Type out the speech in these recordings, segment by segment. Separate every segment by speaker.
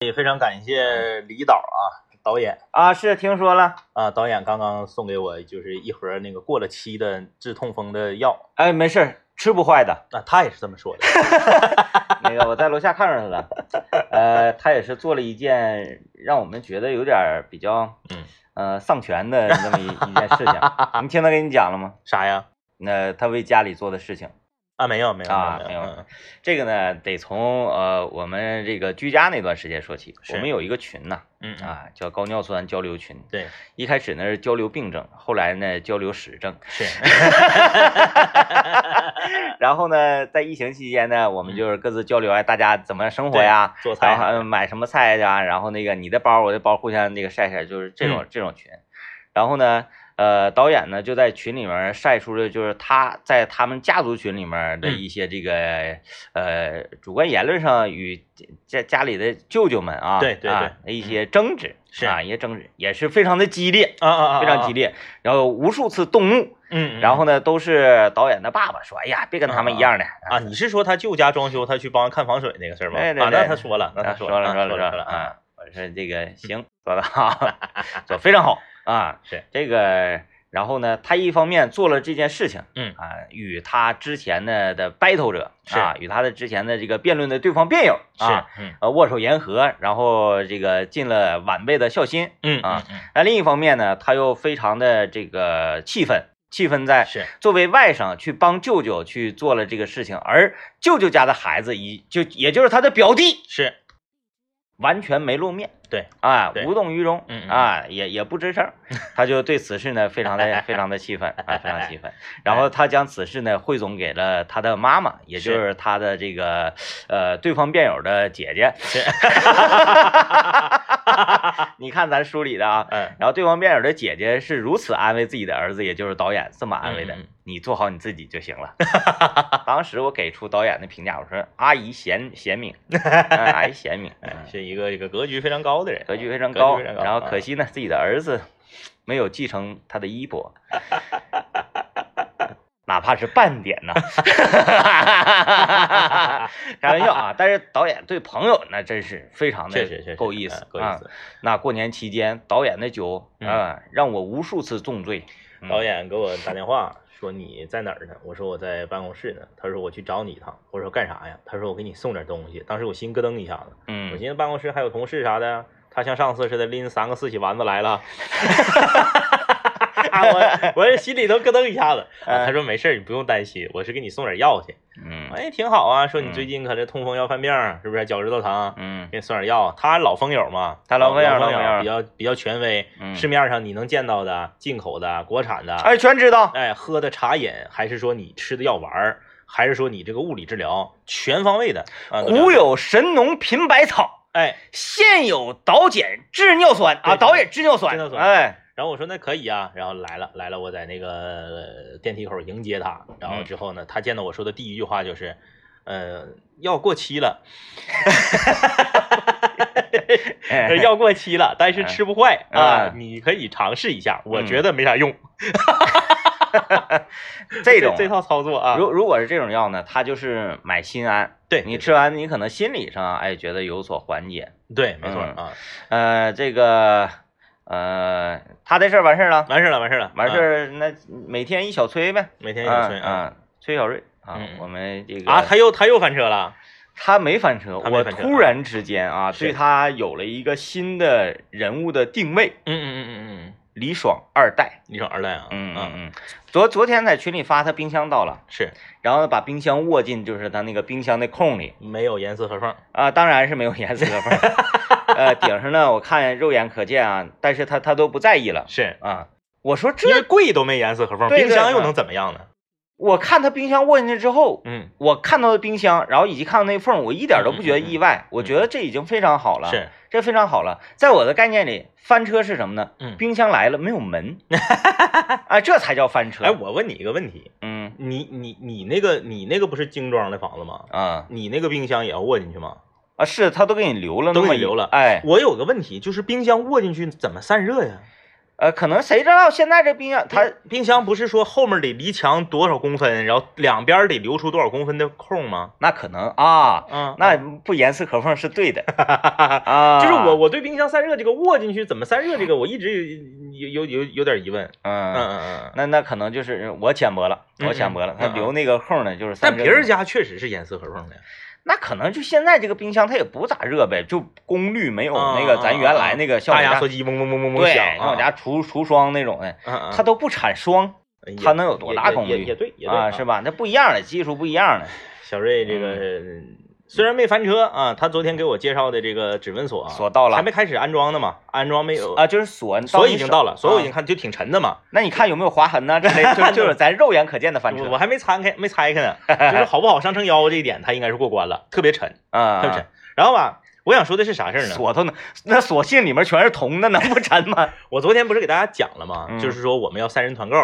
Speaker 1: 也非常感谢李导啊，导演
Speaker 2: 啊，是听说了，
Speaker 1: 啊，导演刚刚送给我就是一盒那个过了期的治痛风的药，
Speaker 2: 哎，没事儿，吃不坏 的。
Speaker 1: 那、他也是这么说的。
Speaker 2: 那个我在楼下看着他了，呃，他也是做了一件让我们觉得有点儿比较，
Speaker 1: 嗯，
Speaker 2: 呃，丧权的这么一一件 事情。你听他给你讲了吗？
Speaker 1: 啥呀？
Speaker 2: 那他为家里做的事情，
Speaker 1: 啊，没有没有
Speaker 2: 啊
Speaker 1: 没有
Speaker 2: 没有
Speaker 1: 嗯
Speaker 2: 这个呢，得从呃我们这个居家那段时间说起。
Speaker 1: 是
Speaker 2: 我们有一个群呐、
Speaker 1: 嗯嗯
Speaker 2: 啊，叫高尿酸交流群。
Speaker 1: 对
Speaker 2: 一开始呢是交流病症，后来呢交流实症，
Speaker 1: 是
Speaker 2: 然后呢，在疫情期间呢，我们就是各自交流啊，大家怎么生活呀，
Speaker 1: 做菜
Speaker 2: 然后呃买什么菜呀，然后那个你的包我的包互相那个晒晒，就是
Speaker 1: 嗯
Speaker 2: 这种这种群。然后呢，呃，导演呢就在群里面晒出了就是他在他们家族群里面的
Speaker 1: 嗯
Speaker 2: 一些这个、呃主观言论上与家家里的舅舅们啊，
Speaker 1: 对对嗯
Speaker 2: 啊一些争执
Speaker 1: 是
Speaker 2: 啊一些争执也是非常的激烈。
Speaker 1: 啊啊啊，
Speaker 2: 非常激
Speaker 1: 烈，
Speaker 2: 烈，然后无数次动怒，
Speaker 1: 嗯，嗯
Speaker 2: 然后呢，都是导演的爸爸说：“哎呀，别跟他们一样的。
Speaker 1: 啊，你是说他舅家装修，他去帮人看防水那个事儿吗？
Speaker 2: 对对
Speaker 1: 啊，那
Speaker 2: 对
Speaker 1: 他说了，那
Speaker 2: 啊”
Speaker 1: 他
Speaker 2: 说
Speaker 1: 了，
Speaker 2: 了
Speaker 1: 啊
Speaker 2: 说
Speaker 1: 说
Speaker 2: 了
Speaker 1: 说了，啊，
Speaker 2: 啊！我说这个行，做的好， 做非常好啊。
Speaker 1: 是
Speaker 2: 这个，然后呢，他一方面做了这件事情，
Speaker 1: 嗯
Speaker 2: 啊，与他之前的的 battle 者
Speaker 1: 是
Speaker 2: 啊，与他的之前的这个辩论的对方辩友啊，
Speaker 1: 是，嗯
Speaker 2: 呃，握手言和，然后这个尽了晚辈的孝心。
Speaker 1: 嗯
Speaker 2: 啊，
Speaker 1: 嗯
Speaker 2: 那另一方面呢，他又非常的这个气愤，气愤在
Speaker 1: 嗯是
Speaker 2: 作为外甥去帮舅舅去做了这个事情，而舅舅家的孩子一就也就是他的表弟，
Speaker 1: 是，
Speaker 2: 完全没露面，
Speaker 1: 对
Speaker 2: 啊，
Speaker 1: 对
Speaker 2: 无动于衷，
Speaker 1: 嗯嗯
Speaker 2: 啊，也也不吱声， 他就对此事呢非常的非常的气愤啊，非常气愤。然后他将此事呢汇总给了他的妈妈，也就是他的这个呃对方辩友的姐姐， 你看咱书里的啊，
Speaker 1: 嗯，
Speaker 2: 然后对方辩友的姐姐是如此安慰自己的儿子，也就是导演这么安慰的：“
Speaker 1: 嗯嗯
Speaker 2: 你做好你自己就行了。” 当时我给出导演的评价，我说：“阿姨贤 贤明，哎阿姨贤明，
Speaker 1: 哎是一个这个格局非常高的人，啊
Speaker 2: 格局非常
Speaker 1: 格局
Speaker 2: 高。
Speaker 1: 非常高啊
Speaker 2: 然后可惜呢，自己的儿子没有继承他的衣钵， 哪怕是半点呢。 开玩笑啊！但是导演对朋友那真是非常的
Speaker 1: 确实确实
Speaker 2: 够意思
Speaker 1: 嗯，够
Speaker 2: 啊
Speaker 1: 意思。
Speaker 2: 那过年期间，导演的酒啊、
Speaker 1: 嗯
Speaker 2: 让我无数次重罪。嗯
Speaker 1: 导演给我打电话说你在哪儿呢？我说我在办公室呢。他说我去找你一趟。我说干啥呀？他说我给你送点东西。当时我心咯噔一下子，我
Speaker 2: 嗯，
Speaker 1: 寻思办公室还有同事啥的，他像上次似的拎三个四喜丸子来 了。啊、我我这心里头咯噔一下子、啊，他说没事儿，你不用担心，我是给你送点药去。
Speaker 2: 哎嗯
Speaker 1: 哎，挺好啊，说你最近可这痛风要犯病儿，是不是？脚趾头疼，
Speaker 2: 嗯
Speaker 1: 给你送点药。他老风友嘛，
Speaker 2: 他老风友
Speaker 1: 风
Speaker 2: 老风友
Speaker 1: 比较比较权威，
Speaker 2: 嗯
Speaker 1: 市面上你能见到的进口的、国产的，
Speaker 2: 哎，全知道。
Speaker 1: 哎，喝的茶饮，还是说你吃的药丸儿，还是说你这个物理治疗，全方位的啊。都了
Speaker 2: 古
Speaker 1: 解
Speaker 2: 有神农品百草，
Speaker 1: 哎，
Speaker 2: 现有导碱治尿酸啊，
Speaker 1: 对
Speaker 2: 导碱治尿酸，
Speaker 1: 治尿酸
Speaker 2: 哎，
Speaker 1: 然后我说那可以啊，然后来了来了，我在那个呃电梯口迎接他，然
Speaker 2: 嗯
Speaker 1: 后之后呢，他见到我说的第一句话就是，呃，药过期 了，
Speaker 2: 哎
Speaker 1: 呃药过期了，但是吃不坏啊
Speaker 2: 嗯，
Speaker 1: 你可以尝试一下，我觉得没啥用，
Speaker 2: 这种
Speaker 1: 这套操作啊，
Speaker 2: 如如果是这种药呢，它就是买心安。
Speaker 1: 对
Speaker 2: 你吃完，你可能心理上哎觉得有所缓解。
Speaker 1: 对，没错
Speaker 2: 嗯
Speaker 1: 啊，
Speaker 2: 呃，这个呃，他的事儿完事儿了，
Speaker 1: 完事儿了，完事儿了，
Speaker 2: 完事
Speaker 1: 啊，
Speaker 2: 儿那每天一小崔呗，
Speaker 1: 每天一个催
Speaker 2: 啊，啊崔小瑞啊
Speaker 1: 嗯，
Speaker 2: 我们这个
Speaker 1: 啊，他又他又翻车了，
Speaker 2: 他没翻车，
Speaker 1: 他没
Speaker 2: 我
Speaker 1: 翻车
Speaker 2: 突然之间啊，
Speaker 1: 是
Speaker 2: 对他有了一个新的人物的定位
Speaker 1: 嗯嗯嗯嗯嗯，
Speaker 2: ——李爽二代。
Speaker 1: 你说二代啊，
Speaker 2: 嗯嗯
Speaker 1: 啊，
Speaker 2: 嗯，昨昨天在群里发他冰箱到了，
Speaker 1: 是
Speaker 2: 然后把冰箱握进就是他那个冰箱的空里
Speaker 1: 没有严丝合缝，
Speaker 2: 啊，当然是没有颜色了。呃，顶上呢，我看肉眼可见啊，但是他他都不在意了
Speaker 1: 是
Speaker 2: 啊。我说这
Speaker 1: 因，为柜都没严丝合缝，
Speaker 2: 对对
Speaker 1: 冰箱又
Speaker 2: 嗯
Speaker 1: 能怎么样呢？
Speaker 2: 我看他冰箱握进去之后，
Speaker 1: 嗯，
Speaker 2: 我看到的冰箱，然后以及看到那缝儿，我一点都不觉得意外，我觉得这已经非常好了。
Speaker 1: 是。
Speaker 2: 这非常好了，在我的概念里，翻车是什么呢？
Speaker 1: 嗯
Speaker 2: 冰箱来了没有 门，啊，这才叫翻车。
Speaker 1: 哎，我问你一个问题，
Speaker 2: 嗯
Speaker 1: 你你你那个你那个不是精装的房子吗？
Speaker 2: 啊
Speaker 1: 你那个冰箱也要握进去吗？
Speaker 2: 啊，是他都给你留了，
Speaker 1: 都给
Speaker 2: 那么
Speaker 1: 你留了
Speaker 2: 哎，
Speaker 1: 我有个问题，就是冰箱握进去怎么散热呀？
Speaker 2: 呃，可能谁知道现在这冰箱它
Speaker 1: 它冰箱不是说后面得离墙多少公分，然后两边得留出多少公分的空吗？
Speaker 2: 那可能啊，
Speaker 1: 嗯，
Speaker 2: 那不严丝合缝是 对的啊，
Speaker 1: 就是我我对冰箱散热这个握进去怎么散热这个，我一直有有有有点疑问。嗯
Speaker 2: 嗯，
Speaker 1: 嗯嗯嗯。
Speaker 2: 那那可能就是我浅薄了，
Speaker 1: 嗯
Speaker 2: 我浅薄了，它
Speaker 1: 嗯嗯
Speaker 2: 留那个空呢，就是
Speaker 1: 但
Speaker 2: 散热
Speaker 1: 别人家确实是严丝合缝的呀。
Speaker 2: 那可能就现在这个冰箱它也不咋热呗，就功率没有那个
Speaker 1: 啊
Speaker 2: 咱原来那个像我
Speaker 1: 大压
Speaker 2: 家
Speaker 1: 缩机嗡嗡嗡嗡嗡
Speaker 2: 对，
Speaker 1: 响啊。
Speaker 2: 像我家除除霜那种的，
Speaker 1: 嗯，嗯
Speaker 2: 它都不产霜
Speaker 1: 嗯
Speaker 2: 它
Speaker 1: 也
Speaker 2: 能有多
Speaker 1: 也
Speaker 2: 大
Speaker 1: 也
Speaker 2: 功
Speaker 1: 也
Speaker 2: 率
Speaker 1: 也对，也对
Speaker 2: 啊，是？吧？那不一样的技术不一样的，
Speaker 1: 小瑞这个
Speaker 2: 嗯
Speaker 1: 虽然没翻车啊，他昨天给我介绍的这个指纹锁啊，
Speaker 2: 锁到了
Speaker 1: 还没开始安装呢嘛，安装没有，
Speaker 2: 啊，就是锁
Speaker 1: 锁已经到了，锁
Speaker 2: 锁
Speaker 1: 已经看就挺沉的嘛，
Speaker 2: 啊那你看有没有划痕呢？这 类就就是咱肉眼可见的翻
Speaker 1: 我我
Speaker 2: 车
Speaker 1: 还没拆开，没拆开 呢，就是好不好上秤腰这一点，他应该是过关了，特别沉，特别
Speaker 2: 啊
Speaker 1: 沉。。然后吧，我想说的是啥事儿呢？
Speaker 2: 锁头呢？那锁芯里面全是铜的，能不 沉吗？
Speaker 1: 我昨天不是给大家讲了吗？
Speaker 2: 嗯
Speaker 1: 就是说我们要三人团购，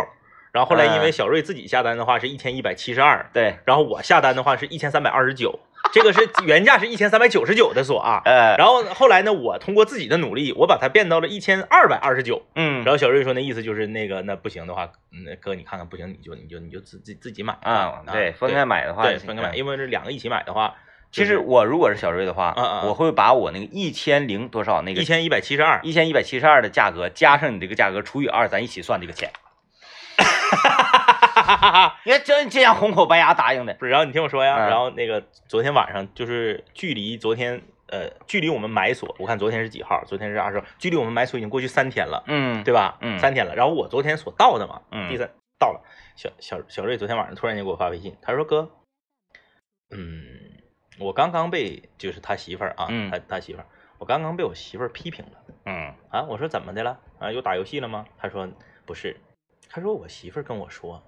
Speaker 1: 然后后来因为
Speaker 2: 嗯
Speaker 1: 小瑞自己下单的话是一千一百七十二，
Speaker 2: 对，
Speaker 1: 然后我下单的话是一千三百二十九，这个是原价是一千三百九十九的锁啊。
Speaker 2: 呃，
Speaker 1: 然后后来呢，我通过自己的努力，我把它变到了一千二百二十九。
Speaker 2: 嗯
Speaker 1: 然后小瑞说那意思就是那个那不行的话，嗯那哥你看看不行你就你就你就自自自己买
Speaker 2: 啊，对，分开买的话，啊
Speaker 1: 对分开买，因为这两个一起买的话，
Speaker 2: 其实我如果是小瑞的话
Speaker 1: 嗯嗯，嗯
Speaker 2: 我会把我那个一千零多少那个
Speaker 1: 一千一百七十二，
Speaker 2: 一千一百七十二的价格加上你这个价格除以二，咱一起算这 个钱。你看真这样红口白牙答应的，
Speaker 1: 不是，然后你听我说呀，
Speaker 2: 嗯
Speaker 1: 然后那个昨天晚上就是距离昨天呃距离我们买锁，我看昨天是几号，昨天是二十号，距离我们买锁已经过去三天了。
Speaker 2: 嗯，
Speaker 1: 对吧？
Speaker 2: 嗯
Speaker 1: 三天了。然后我昨天所到的嘛，
Speaker 2: 嗯
Speaker 1: 第三到了。小小小瑞昨天晚上突然间给我发微信，他说哥，嗯，我刚刚被就是他媳妇儿啊，
Speaker 2: 嗯
Speaker 1: 他他媳妇儿，我刚刚被我媳妇儿批评了
Speaker 2: 嗯
Speaker 1: 啊。我说怎么的了？啊，又打游戏了吗？他说不是，他说我媳妇儿跟我说，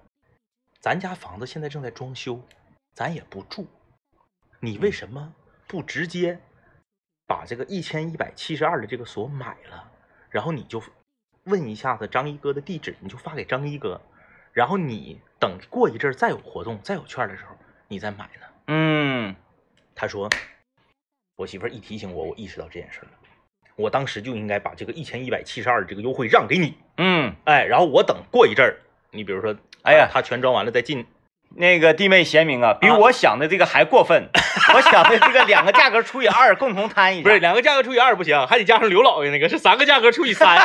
Speaker 1: 咱家房子现在正在装修，咱也不住，你为什么不直接把这个一千一百七十二的这个锁买了，然后你就问一下子张一哥的地址，你就发给张一哥，然后你等过一阵儿再有活动、再有券儿的时候，你再买呢？
Speaker 2: 嗯，
Speaker 1: 他说，我媳妇儿一提醒我，我意识到这件事儿了，我当时就应该把这个一千一百七十二这个优惠让给你，
Speaker 2: 嗯，
Speaker 1: 哎，然后我等过一阵儿，你比如说，
Speaker 2: 哎呀
Speaker 1: 他全装完了再进，
Speaker 2: 那个弟妹贤明啊，比我想的这个还 过分。我想的这个两个价格除以二，共同摊一下。
Speaker 1: 不是，两个价格除以二不行，还得加上刘老爷那个是三个价格除以三。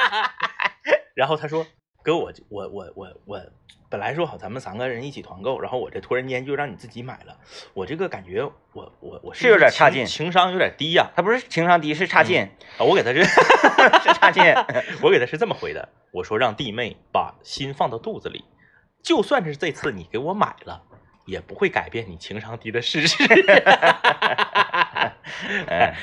Speaker 1: 然后他说：“哥，我就我我我我本来说好咱们三个人一起团购，然后我这突然间就让你自己买了，我这个感觉我我我
Speaker 2: 是有点
Speaker 1: 情
Speaker 2: 差劲
Speaker 1: 情商有点低呀、
Speaker 2: 他不是情商低，是差劲，
Speaker 1: 啊我给 他是，嗯
Speaker 2: 是差 劲。
Speaker 1: 我给他是这么回的，我说让弟妹把心放到肚子里，就算是这次你给我买了。”也不会改变你情商低的事 实。
Speaker 2: 哎，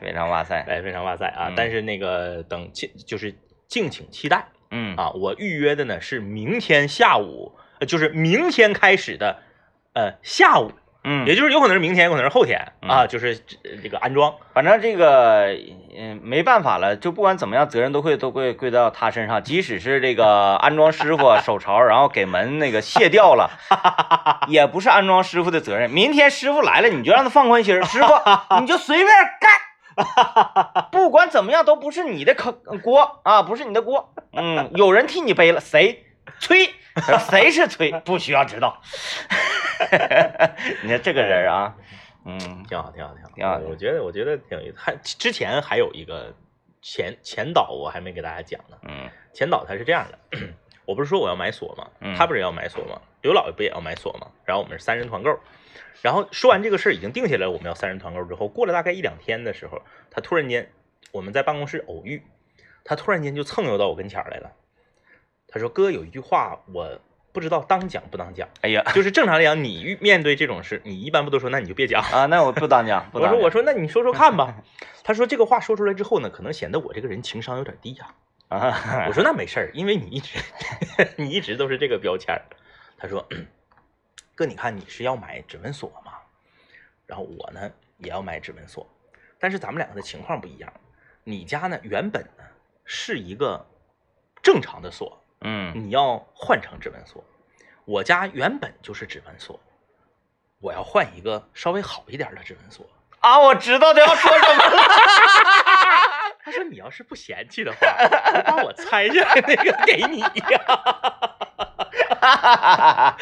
Speaker 2: 非常哇塞。
Speaker 1: 来，非常哇塞啊！
Speaker 2: 嗯
Speaker 1: 但是那个等敬就是敬请期待
Speaker 2: 嗯，
Speaker 1: 啊！我预约的呢是明天下午，呃就是明天开始的，呃下午，
Speaker 2: 嗯，
Speaker 1: 也就是有可能是明天，有可能是后天
Speaker 2: 嗯
Speaker 1: 啊，就是这这个安装。
Speaker 2: 反正这个，嗯，没办法了，就不管怎么样，责任都会都会归到他身上。即使是这个安装师傅手潮，然后给门那个卸掉了，也不是安装师傅的责任。明天师傅来了，你就让他放宽心儿，师傅你就随便干，不管怎么样都不是你的口锅啊，不是你的锅。嗯，有人替你背了，谁？崔，谁是崔？不需要知道。 你看这个人啊，嗯
Speaker 1: 挺好，挺好，挺好，
Speaker 2: 挺好的
Speaker 1: 我觉得，我觉得挺有意思。还之前还有一个前前导，我还没给大家讲呢。
Speaker 2: 嗯
Speaker 1: 前导它是这样的，我不是说我要买锁吗
Speaker 2: 嗯？
Speaker 1: 他不是也要买锁吗？刘老爷不也要买锁吗？然后我们是三人团购，然后说完这个事儿已经定下来，我们要三人团购之后，过了大概一两天的时候，他突然间我们在办公室偶遇，他突然间就蹭悠到我跟前儿来了，他说：“哥，有一句话我不知道当讲不当讲，
Speaker 2: 哎呀。
Speaker 1: 就是正常来讲，你遇面对这种事，你一般不都说那你就别讲。”
Speaker 2: 啊，那我不当家，不
Speaker 1: 我
Speaker 2: 啊当
Speaker 1: 说
Speaker 2: 家
Speaker 1: 我说那你说说看吧，他说这个话说出来之后呢，可能显得我这个人情商有点低呀、
Speaker 2: 啊，
Speaker 1: 我说那没事儿，因为你一 直你一直都是这个标签儿。他说，哥，你看你是要买指纹锁吗？然后我呢也要买指纹锁，但是咱们两个的情况不一样。你家呢原本呢是一个正常的锁，
Speaker 2: 嗯
Speaker 1: 你要换成指纹锁。我家原本就是指纹锁，我要换一个稍微好一点的指纹锁。
Speaker 2: 啊，我知道他要说什么了。
Speaker 1: 说你要是不嫌弃的话，我把我猜下来那个给你呀。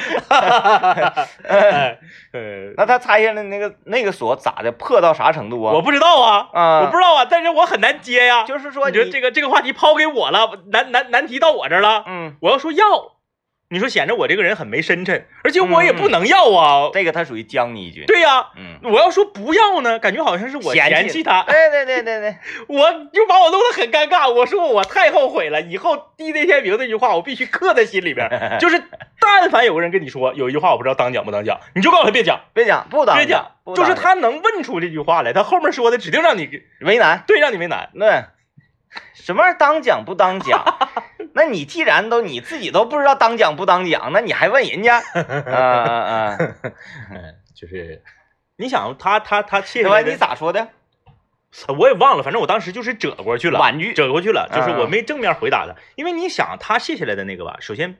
Speaker 1: 哎 呃，
Speaker 2: 那他拆下来那个那个锁咋的破到啥程度啊？
Speaker 1: 我不知道啊，
Speaker 2: 啊
Speaker 1: 我不知道啊，但是我很难接呀。
Speaker 2: 就是说
Speaker 1: 你觉得这个这个话题抛给我了，难难难题到我这儿了。
Speaker 2: 嗯，
Speaker 1: 我要说要，你说显得我这个人很没深沉，而且我也
Speaker 2: 嗯
Speaker 1: 不能要啊。
Speaker 2: 这个他属于将你一军。
Speaker 1: 对呀、
Speaker 2: 嗯，
Speaker 1: 我要说不要呢，感觉好像是我
Speaker 2: 嫌弃
Speaker 1: 嫌弃他，
Speaker 2: 对对对对对，
Speaker 1: 我就把我弄得很尴尬。我说我太后悔了，以后地那天明那句话我必须刻在心里边 儿。就是但凡有个人跟你说有一句话我不知道当讲不当讲，你就告诉他别讲，
Speaker 2: 别讲，不当
Speaker 1: 别讲，
Speaker 2: 不
Speaker 1: 就是
Speaker 2: 当
Speaker 1: 他能问出这句话来，他后面说的指定让你给
Speaker 2: 为难。
Speaker 1: 对让你为难。
Speaker 2: 那什么玩意儿当讲不当讲？ 那你既然都你自己都不知道当讲不当讲，那你还问人家？ 啊 啊啊！
Speaker 1: 嗯，就是你想他他他谢谢
Speaker 2: 对吧？
Speaker 1: 的
Speaker 2: 你咋说的？
Speaker 1: 我也忘了，反正我当时就是折过去了，
Speaker 2: 婉拒
Speaker 1: 折过去了，就是
Speaker 2: 嗯
Speaker 1: 我没正面回答他，因为你想他卸下来的那个吧，首先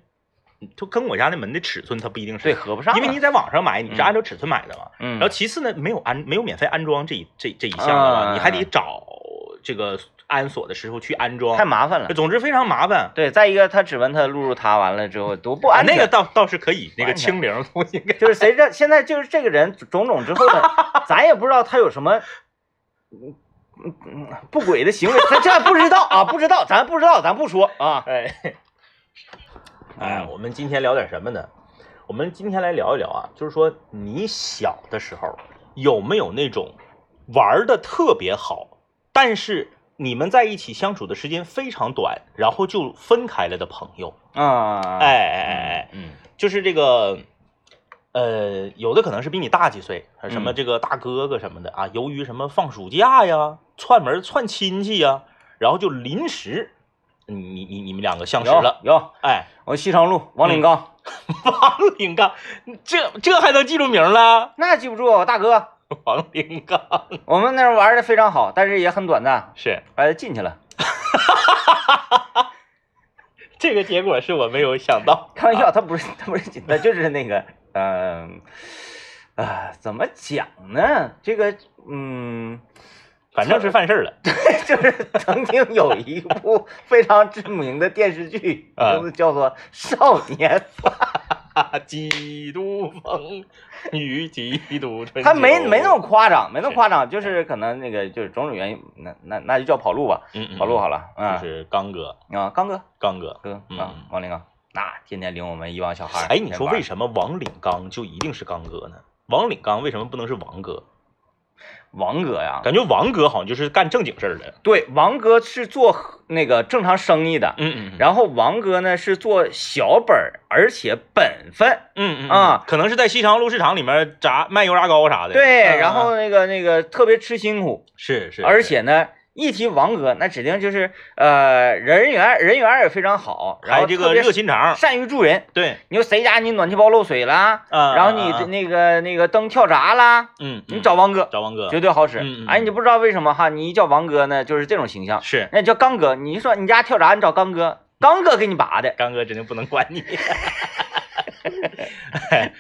Speaker 1: 就跟我家那门的尺寸它不一定是
Speaker 2: 对，，合不上啊。
Speaker 1: 因为你在网上买你是
Speaker 2: 嗯
Speaker 1: 按照尺寸买的嘛，
Speaker 2: 嗯
Speaker 1: 然后其次呢没有安没有免费安装这一这这一项的
Speaker 2: 嗯嗯
Speaker 1: 吧，
Speaker 2: 嗯
Speaker 1: 你还得找这个安锁的时候去安
Speaker 2: 太
Speaker 1: 装，
Speaker 2: 麻烦了。
Speaker 1: 总之非常麻烦。
Speaker 2: 对，再一个他指纹他录入他完了之后多不
Speaker 1: 啊，
Speaker 2: 安全。
Speaker 1: 那个倒倒是可以，那个
Speaker 2: 安全
Speaker 1: 清零东西给
Speaker 2: 就是谁这现在就是这个人种种之后呢，咱也不知道他有什么。嗯嗯，嗯不轨的行为，咱这不知道啊，不知道，咱不知道，咱不说 啊。
Speaker 1: 哎，哎，我们今天聊点什么呢？我们今天来聊一聊啊，就是说你小的时候有没有那种玩的特别好，但是你们在一起相处的时间非常短，然后就分开了的朋友？
Speaker 2: 啊，
Speaker 1: 哎哎哎哎，
Speaker 2: 嗯，
Speaker 1: 就是这个。呃，有的可能是比你大几岁，还是什么
Speaker 2: 嗯
Speaker 1: 这个大哥哥什么的啊，由于什么放暑假呀、串门串亲戚呀，然后就临时，你你你你们两个相
Speaker 2: 嗯，
Speaker 1: 识
Speaker 2: 有
Speaker 1: 了，
Speaker 2: 有，
Speaker 1: 哎，
Speaker 2: 我西昌路王林刚，
Speaker 1: 王林刚，这这还能记住名了？
Speaker 2: 那记不住我大哥，
Speaker 1: 王林刚
Speaker 2: 我们那儿玩的非常好，但是也很短暂，
Speaker 1: 是
Speaker 2: 哎，进去了，
Speaker 1: 这个结果是我没有想到。
Speaker 2: 开玩笑，他不是 他不是进，他就是那个，嗯、呃，啊，怎么讲呢？这个，嗯。
Speaker 1: 反正是犯事儿了。
Speaker 2: 就是曾经有一部非常知名的电视剧，
Speaker 1: 啊
Speaker 2: 名字叫做《少年犯
Speaker 1: 几度风雨几度春》，
Speaker 2: 它没没那么夸张，没那么夸张，就是可能那个就是种种原因，那那那就叫跑路吧，
Speaker 1: 嗯
Speaker 2: 跑路好
Speaker 1: 了，
Speaker 2: 了，
Speaker 1: 就
Speaker 2: 啊
Speaker 1: 是刚哥，
Speaker 2: 啊，刚哥
Speaker 1: 刚哥。
Speaker 2: 哥
Speaker 1: 嗯
Speaker 2: 啊，王林刚，那天天领我们一帮小孩儿，
Speaker 1: 哎，你说为
Speaker 2: 么
Speaker 1: 什么王领刚就一定是刚哥呢？王领刚为什么不能是王哥？
Speaker 2: 王哥呀？
Speaker 1: 感觉王哥好像就是干正经事儿的。
Speaker 2: 对，王哥是做那个正常生意的，
Speaker 1: 嗯嗯然后
Speaker 2: 然后王哥呢是做小本儿，而且本分，
Speaker 1: 嗯嗯
Speaker 2: 啊，
Speaker 1: 可能是在西昌路市场里面炸卖油炸糕啥的。
Speaker 2: 对，
Speaker 1: 嗯
Speaker 2: 然
Speaker 1: 嗯
Speaker 2: 后那个那个特别吃辛苦，
Speaker 1: 是是，
Speaker 2: 而
Speaker 1: 是
Speaker 2: 且呢，一提王哥，那指定就是呃人缘人缘也非常好，然
Speaker 1: 还
Speaker 2: 后
Speaker 1: 这
Speaker 2: 特
Speaker 1: 个
Speaker 2: 别
Speaker 1: 热心肠。
Speaker 2: 善于助人。
Speaker 1: 对，
Speaker 2: 你说谁家你暖气包漏水啦，
Speaker 1: 啊，
Speaker 2: 然后你
Speaker 1: 啊
Speaker 2: 这
Speaker 1: 啊
Speaker 2: 那个那个灯跳闸啦，
Speaker 1: 嗯，
Speaker 2: 你
Speaker 1: 嗯
Speaker 2: 找王哥
Speaker 1: 找王哥，
Speaker 2: 绝对好使
Speaker 1: 嗯嗯。
Speaker 2: 哎，你就不知道为什么哈，你一叫王哥呢，就是这种形象。
Speaker 1: 是
Speaker 2: 那你叫刚哥，你一说你家跳闸，你找刚哥，刚哥给你拔的。
Speaker 1: 刚哥指定不能管你。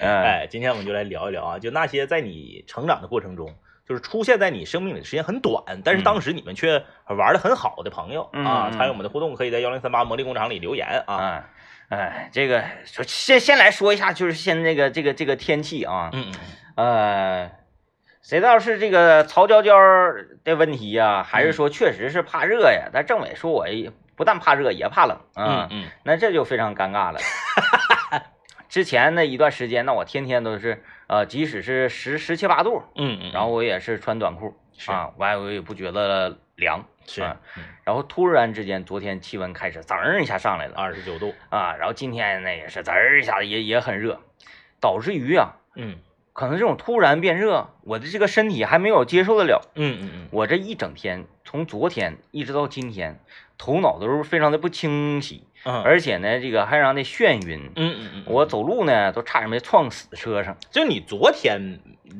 Speaker 2: 嗯，
Speaker 1: 哎，今天我们就来聊一聊啊，就那些在你成长的过程中，就是出现在你生命里的时间很短，但是当时你们却玩的很好的朋友
Speaker 2: 嗯
Speaker 1: 啊，
Speaker 2: 嗯
Speaker 1: 参与我们的互动，可以在幺零三八魔力工厂里留言啊。
Speaker 2: 哎，哎，这个说先先来说一下，就是现在这个这个这个天气啊，
Speaker 1: 嗯嗯，
Speaker 2: 呃，谁知道是这个曹娇娇的问题呀、
Speaker 1: 嗯
Speaker 2: 还是说确实是怕热呀？但政委说我也不但怕热，也怕冷
Speaker 1: 嗯，
Speaker 2: 啊
Speaker 1: 嗯
Speaker 2: 那这就非常尴 尬了。之前那一段时间，那我天天都是呃，即使是十十七八度，
Speaker 1: 嗯嗯，
Speaker 2: 然后我也是穿短裤
Speaker 1: 是
Speaker 2: 啊，完我也不觉得凉。
Speaker 1: 嗯是
Speaker 2: 啊然后突然之间，昨天气温开始滋儿一下上来了
Speaker 1: 二十九度，
Speaker 2: 啊，然后今天那也是滋儿一下也也很热，导致于啊，
Speaker 1: 嗯
Speaker 2: 可能这种突然变热，我的这个身体还没有接受得了。
Speaker 1: 嗯嗯
Speaker 2: 我这一整天，从昨天一直到今天，头脑都是非常的不清晰，
Speaker 1: 嗯，
Speaker 2: 而且呢，这个还让那眩晕。
Speaker 1: 嗯嗯嗯，
Speaker 2: 我走路呢，都差点没撞死车上。
Speaker 1: 就你昨天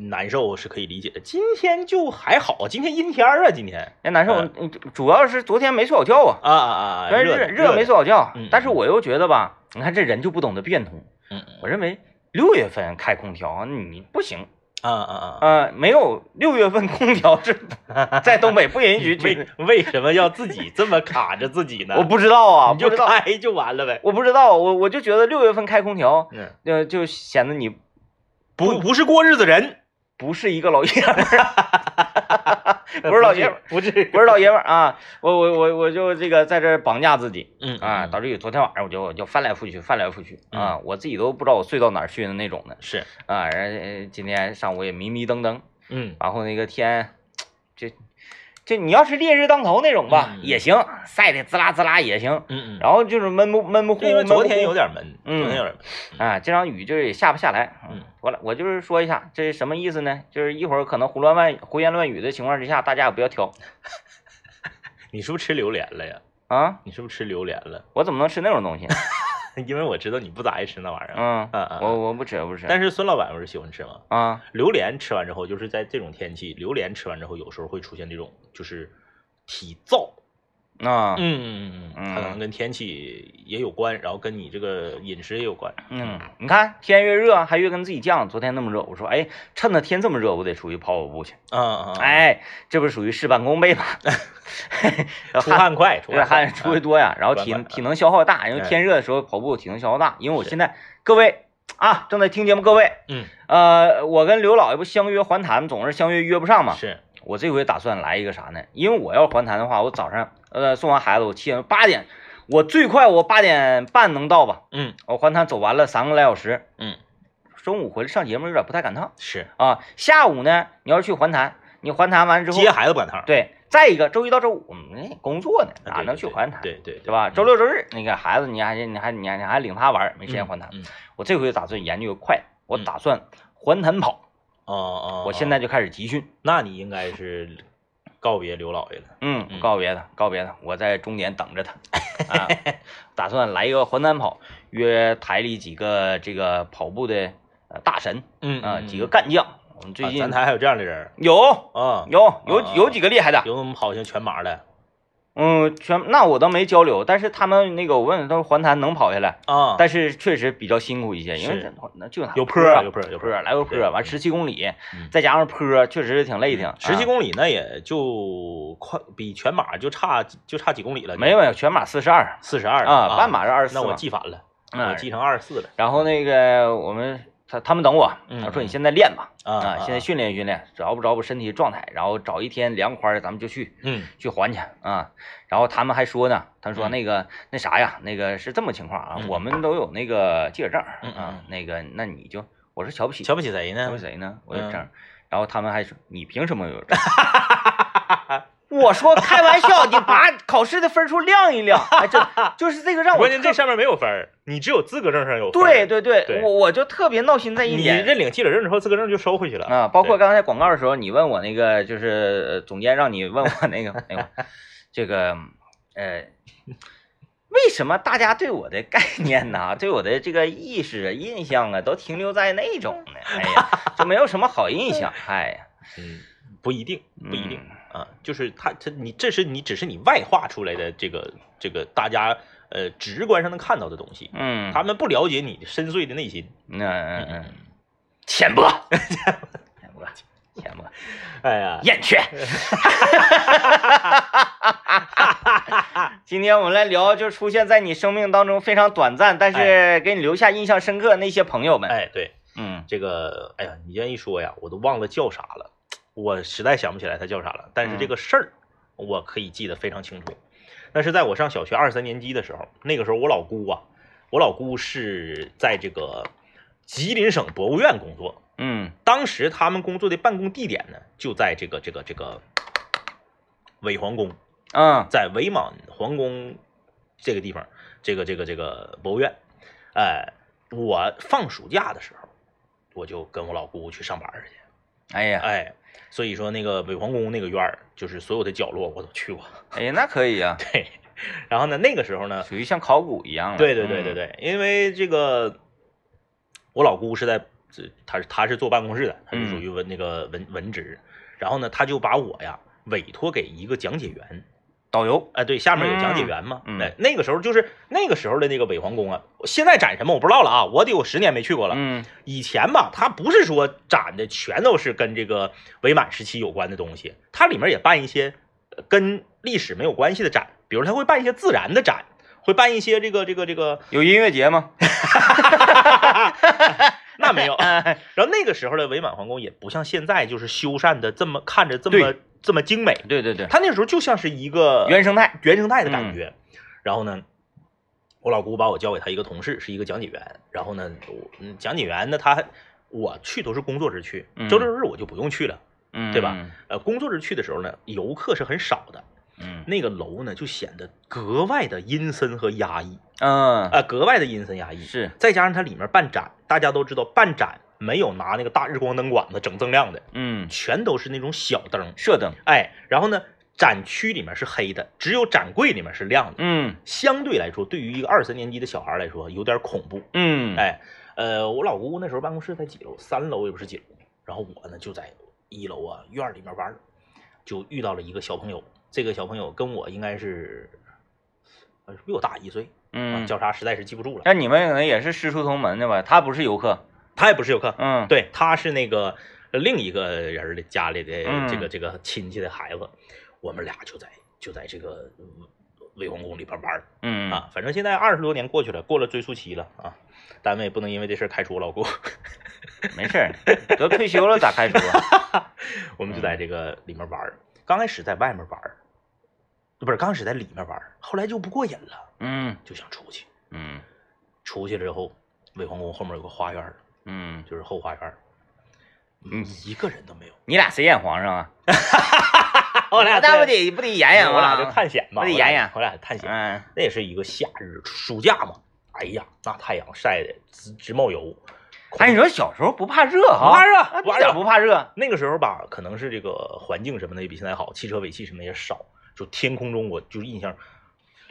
Speaker 1: 难受是可以理解的，今天就还好，今天阴天儿啊，今天
Speaker 2: 那难受，
Speaker 1: 嗯
Speaker 2: 嗯主要是昨天没睡好觉啊，
Speaker 1: 啊啊啊，
Speaker 2: 虽然
Speaker 1: 的
Speaker 2: 热
Speaker 1: 热
Speaker 2: 没
Speaker 1: 的
Speaker 2: 睡好觉
Speaker 1: 嗯嗯，
Speaker 2: 但是我又觉得吧，你看这人就不懂得变通。
Speaker 1: 嗯嗯
Speaker 2: 我认为六月份开空调你不行，
Speaker 1: 啊啊啊！
Speaker 2: 呃，没有六月份空调是在东北不允许
Speaker 1: 为
Speaker 2: 去，
Speaker 1: 为什么要自己这么卡着自己呢？
Speaker 2: 我不知道啊，
Speaker 1: 你就
Speaker 2: 不知道，
Speaker 1: 开就完了呗。
Speaker 2: 我不知道，我我就觉得六月份开空调，
Speaker 1: 嗯，
Speaker 2: 呃，就显得你
Speaker 1: 不不是过日子人，
Speaker 2: 不是一个老爷们儿，呃不是老爷们儿，
Speaker 1: 不是
Speaker 2: 不是老爷们儿啊，我我我我就这个在这儿绑架自己
Speaker 1: 嗯
Speaker 2: 啊，导
Speaker 1: 当
Speaker 2: 致于昨天晚上我就我就翻来覆去，翻来覆去啊，我自己都不知道我睡到哪儿去的那种的
Speaker 1: 是
Speaker 2: 啊，然后今天上午也迷迷瞪瞪，
Speaker 1: 嗯
Speaker 2: 然后那个天，就就你要是烈日当头那种吧，
Speaker 1: 嗯
Speaker 2: 也行，晒得滋啦滋啦也行。
Speaker 1: 嗯嗯。
Speaker 2: 然后就是闷不闷不乎，
Speaker 1: 对，因为
Speaker 2: 闷不
Speaker 1: 昨天
Speaker 2: 乎
Speaker 1: 有点闷，
Speaker 2: 嗯
Speaker 1: 昨天有点闷。
Speaker 2: 啊，这场雨就是也下不下来。
Speaker 1: 嗯，
Speaker 2: 我来我就是说一下，这是什么意思呢？就是一会儿可能胡乱乱胡言乱语的情况之下，大家也不要挑
Speaker 1: 你是不是吃榴莲了呀？
Speaker 2: 啊！
Speaker 1: 你是不是吃榴莲了？
Speaker 2: 我怎么能吃那种东西？
Speaker 1: 因为我知道你不咋爱吃那玩意儿。
Speaker 2: 嗯，
Speaker 1: 嗯嗯
Speaker 2: 我我不吃我不吃。
Speaker 1: 但是孙老板不是喜欢吃吗？
Speaker 2: 啊，
Speaker 1: 榴莲吃完之后，就是在这种天气，榴莲吃完之后，有时候会出现这种就是体燥。
Speaker 2: 那
Speaker 1: 嗯嗯嗯
Speaker 2: 嗯
Speaker 1: 它可能跟天气也有关，然后跟你这个饮食也有关。
Speaker 2: 嗯，你看天越热还越跟自己犟。昨天那么热，我说哎，趁着天这么热，我得出去跑跑步去。
Speaker 1: 嗯嗯，嗯，
Speaker 2: 哎，这不是属于事半功 倍吗？
Speaker 1: 出汗快， 出
Speaker 2: 对，
Speaker 1: 汗快
Speaker 2: 汗
Speaker 1: 啊
Speaker 2: 出的多呀，然后体
Speaker 1: 管管
Speaker 2: 体能消耗大，因为
Speaker 1: 哎
Speaker 2: 天热的时候跑步体能消耗大。因为我
Speaker 1: 是
Speaker 2: 现在各位啊，正在听节目各位，
Speaker 1: 嗯，
Speaker 2: 呃，我跟刘老爷不相约还谈，总是相约约不上嘛。
Speaker 1: 是，
Speaker 2: 我这回打算来一个啥呢？因为我要还谈的话，我早上呃送完孩子，我七点八点，我最快我八点半能到吧？
Speaker 1: 嗯
Speaker 2: 我还谈走完了三个来小时，
Speaker 1: 嗯，
Speaker 2: 中午回来上节目有点不太赶趟
Speaker 1: 是，
Speaker 2: 啊。下午呢，你要是去还谈，你还谈完之后，
Speaker 1: 接孩子不赶趟儿，
Speaker 2: 对，再一个周一到周五我们哎工作呢，
Speaker 1: 啊
Speaker 2: 哪
Speaker 1: 对
Speaker 2: 能
Speaker 1: 对
Speaker 2: 去
Speaker 1: 对
Speaker 2: 还谈？
Speaker 1: 对对对
Speaker 2: 对吧？
Speaker 1: 嗯
Speaker 2: 周六周日那个孩子，你还你还你还你还领他玩儿，没时间还谈。
Speaker 1: 嗯，嗯
Speaker 2: 我这回打算研究快，我
Speaker 1: 嗯
Speaker 2: 打算还谈跑，
Speaker 1: 哦哦，
Speaker 2: 我现
Speaker 1: 哦
Speaker 2: 在就开始集训。
Speaker 1: 那你应该是告别刘老爷了。
Speaker 2: 嗯，我
Speaker 1: 嗯
Speaker 2: 告别他，告别他，我在终点等着他 啊！打算来一个还谈跑，约台里几个这个跑步的呃大神
Speaker 1: 嗯
Speaker 2: 啊，几个干将。我们最
Speaker 1: 啊
Speaker 2: 近
Speaker 1: 咱台还有这样的人儿
Speaker 2: 有
Speaker 1: 啊，
Speaker 2: 有有
Speaker 1: 啊
Speaker 2: 有几个厉害的，
Speaker 1: 有我们跑像全麻的
Speaker 2: 嗯，全那我倒没交流，但是他们那个我问他说还谈能跑下来，
Speaker 1: 啊，
Speaker 2: 但是确实比较辛苦一些，因为
Speaker 1: 是
Speaker 2: 这那就拿
Speaker 1: 有坡
Speaker 2: 坡啊
Speaker 1: 有坡有
Speaker 2: 坡
Speaker 1: 坡
Speaker 2: 儿来回坡儿，
Speaker 1: 对
Speaker 2: 完十七公里
Speaker 1: 嗯，啊
Speaker 2: 再加上坡儿，确实是挺累挺。
Speaker 1: 十七
Speaker 2: 里
Speaker 1: 公里那也就快比全马就差就差几公里了，
Speaker 2: 没有全马四十二
Speaker 1: 四十二
Speaker 2: 啊，半马是二十四。
Speaker 1: 那我记反了，
Speaker 2: 嗯
Speaker 1: 我记成二十四了
Speaker 2: 然后那个我们他他们等我，
Speaker 1: 嗯
Speaker 2: 他说你现在练吧，
Speaker 1: 啊
Speaker 2: 现在训练训练，找不着不身体状态，然后找一天凉快儿咱们就去
Speaker 1: 嗯
Speaker 2: 去还去啊。然后他们还说呢，他说
Speaker 1: 嗯
Speaker 2: 那个那啥呀，那个是这么情况啊，
Speaker 1: 嗯
Speaker 2: 我们都有那个记者证
Speaker 1: 嗯嗯
Speaker 2: 啊，那个那你就我说瞧不起
Speaker 1: 瞧不起谁
Speaker 2: 我
Speaker 1: 呢
Speaker 2: 有？谁呢？我有
Speaker 1: 嗯
Speaker 2: 证儿。然后他们还说你凭什么 有证儿？我说开玩笑，你把考试的分数量一量，哎，这就是这个让我
Speaker 1: 关键这上面没有分儿，你只有资格证上有分
Speaker 2: 对
Speaker 1: 儿。
Speaker 2: 对对，
Speaker 1: 对
Speaker 2: 我我就特别闹心在一
Speaker 1: 你
Speaker 2: 点
Speaker 1: 认领记者证之后，资格证就收回去了
Speaker 2: 啊，包括
Speaker 1: 对
Speaker 2: 刚才广告的时候，你问我那个就是呃总监让你问我那个 那个这个呃。为什么大家对我的概念呐、对我的这个意识、啊、印象啊，都停留在那种呢？哎呀，就没有什么好印象。哎呀，
Speaker 1: 嗯，不一定， 不一定
Speaker 2: 嗯
Speaker 1: 啊，就是他他你这是你只是你外化出来的这个这个大家呃直观上能看到的东西，
Speaker 2: 嗯，
Speaker 1: 他们不了解你深邃的内心。
Speaker 2: 那嗯嗯，浅薄，浅薄，浅薄，
Speaker 1: 哎呀，
Speaker 2: 燕雀。 今天我们来聊，就出现在你生命当中非常短暂，但是给你留下印象深刻的那些朋友们。
Speaker 1: 哎，对
Speaker 2: 嗯
Speaker 1: 这个，哎呀，你这样一说呀，我都忘了叫啥了，我实在想不起来他叫啥了。但是这个事儿，我可以记得非常清楚。那是在我上小学二三年级的时候，那个时候我老姑啊，我老姑是在这个吉林省博物院工作。
Speaker 2: 嗯
Speaker 1: 当时他们工作的办公地点呢，就在这个这个这个伪皇宫，
Speaker 2: 嗯
Speaker 1: 在伪满皇宫这个地方，这个这个这个博物院。哎、我放暑假的时候，我就跟我老姑去上班去。
Speaker 2: 哎呀，
Speaker 1: 哎，所以说那个伪皇宫那个院儿，就是所有的角落我都去过。
Speaker 2: 哎呀，那可以啊，
Speaker 1: 对，然后呢，那个时候呢，
Speaker 2: 属于像考古一样了。
Speaker 1: 对对对对
Speaker 2: 嗯，
Speaker 1: 对，因为这个我老姑是在，这她是她是坐办公室的，她是属
Speaker 2: 嗯
Speaker 1: 于文那个文文职，然后呢，她就把我呀委托给一个讲解员，
Speaker 2: 导游，
Speaker 1: 哎，对，下面有讲解员嘛。
Speaker 2: 嗯嗯
Speaker 1: 哎，那个时候就是那个时候的那个北皇宫啊，现在展什么我不知道了啊，我得有十年没去过了。
Speaker 2: 嗯
Speaker 1: 以前吧，它不是说展的全都是跟这个伪满时期有关的东西，它里面也办一些呃跟历史没有关系的展，比如它会办一些自然的展，会办一些这个这个这个，
Speaker 2: 有音乐节吗？
Speaker 1: 那没有。
Speaker 2: 哎
Speaker 1: 然后那个时候的伪满皇宫也不像现在就是修缮的这么看着这么这么精美，
Speaker 2: 对对对，
Speaker 1: 它那时候就像是一个
Speaker 2: 原生态，
Speaker 1: 原生态的感
Speaker 2: 嗯
Speaker 1: 觉。然后呢，我老姑把我交给她一个同事，是一个讲解员。然后呢，我嗯讲解员呢，他我去都是工作日去
Speaker 2: 嗯，
Speaker 1: 周六日我就不用去了。
Speaker 2: 嗯，
Speaker 1: 对吧？呃，工作日去的时候呢，游客是很少的，
Speaker 2: 嗯
Speaker 1: 那个楼呢就显得格外的阴森和压抑
Speaker 2: 嗯
Speaker 1: 啊、，格外的阴森压抑。
Speaker 2: 是，
Speaker 1: 再加上它里面办展，大家都知道办展没有拿那个大日光灯管子整锃亮的，
Speaker 2: 嗯，
Speaker 1: 全都是那种小灯。
Speaker 2: 射灯，
Speaker 1: 哎，然后呢，展区里面是黑的，只有展柜里面是亮的。
Speaker 2: 嗯
Speaker 1: 相对来说，对于一个二三年级的小孩来说，有点恐怖。
Speaker 2: 嗯，
Speaker 1: 哎，呃，我老姑姑那时候办公室在几楼？三楼也不是几楼。然后我呢就在一楼啊院儿里面玩儿，就遇到了一个小朋友。这个小朋友跟我应该是，呃，比我大一岁，啊
Speaker 2: 嗯，
Speaker 1: 叫啥实在是记不住了。
Speaker 2: 那你们可能也是师出同门的吧？他不是游客，
Speaker 1: 他也不是游客，
Speaker 2: 嗯，
Speaker 1: 对，他是那个呃另一个人儿的家里的
Speaker 2: 嗯
Speaker 1: 这个这个亲戚的孩子。我们俩就在就在这个嗯魏皇宫里边玩儿。
Speaker 2: 嗯，
Speaker 1: 啊，反正现在二十多年过去了，过了追溯期了啊，单位不能因为这事儿开除我老顾，
Speaker 2: 没事儿，都退休了咋开除啊？
Speaker 1: 我们就
Speaker 2: 嗯
Speaker 1: 在这个里面玩儿。刚开始在外面玩儿，不是刚开始在里面玩儿，后来就不过瘾了，
Speaker 2: 嗯
Speaker 1: 就想出去。
Speaker 2: 嗯
Speaker 1: 出去了之后，魏皇宫后面有个花园儿，
Speaker 2: 嗯，
Speaker 1: 就是后花园儿，
Speaker 2: 嗯
Speaker 1: 一个人都 没有。
Speaker 2: 你俩谁演皇上啊？
Speaker 1: 我
Speaker 2: 那不得不得演演
Speaker 1: 我俩
Speaker 2: 啊
Speaker 1: 就探险吧，
Speaker 2: 我得
Speaker 1: 我俩
Speaker 2: 演演
Speaker 1: 我俩探险。
Speaker 2: 嗯
Speaker 1: 那也是一个夏日暑假嘛，哎呀，那太阳晒的直直冒油。
Speaker 2: 哎，你说小时候不怕热哈？
Speaker 1: 不怕热
Speaker 2: 啊
Speaker 1: 不怕
Speaker 2: 一点
Speaker 1: 热
Speaker 2: 不怕热。
Speaker 1: 那个时候吧，可能是这个环境什么的也比现在好，汽车尾气什么的也少。就天空中，我就是印象，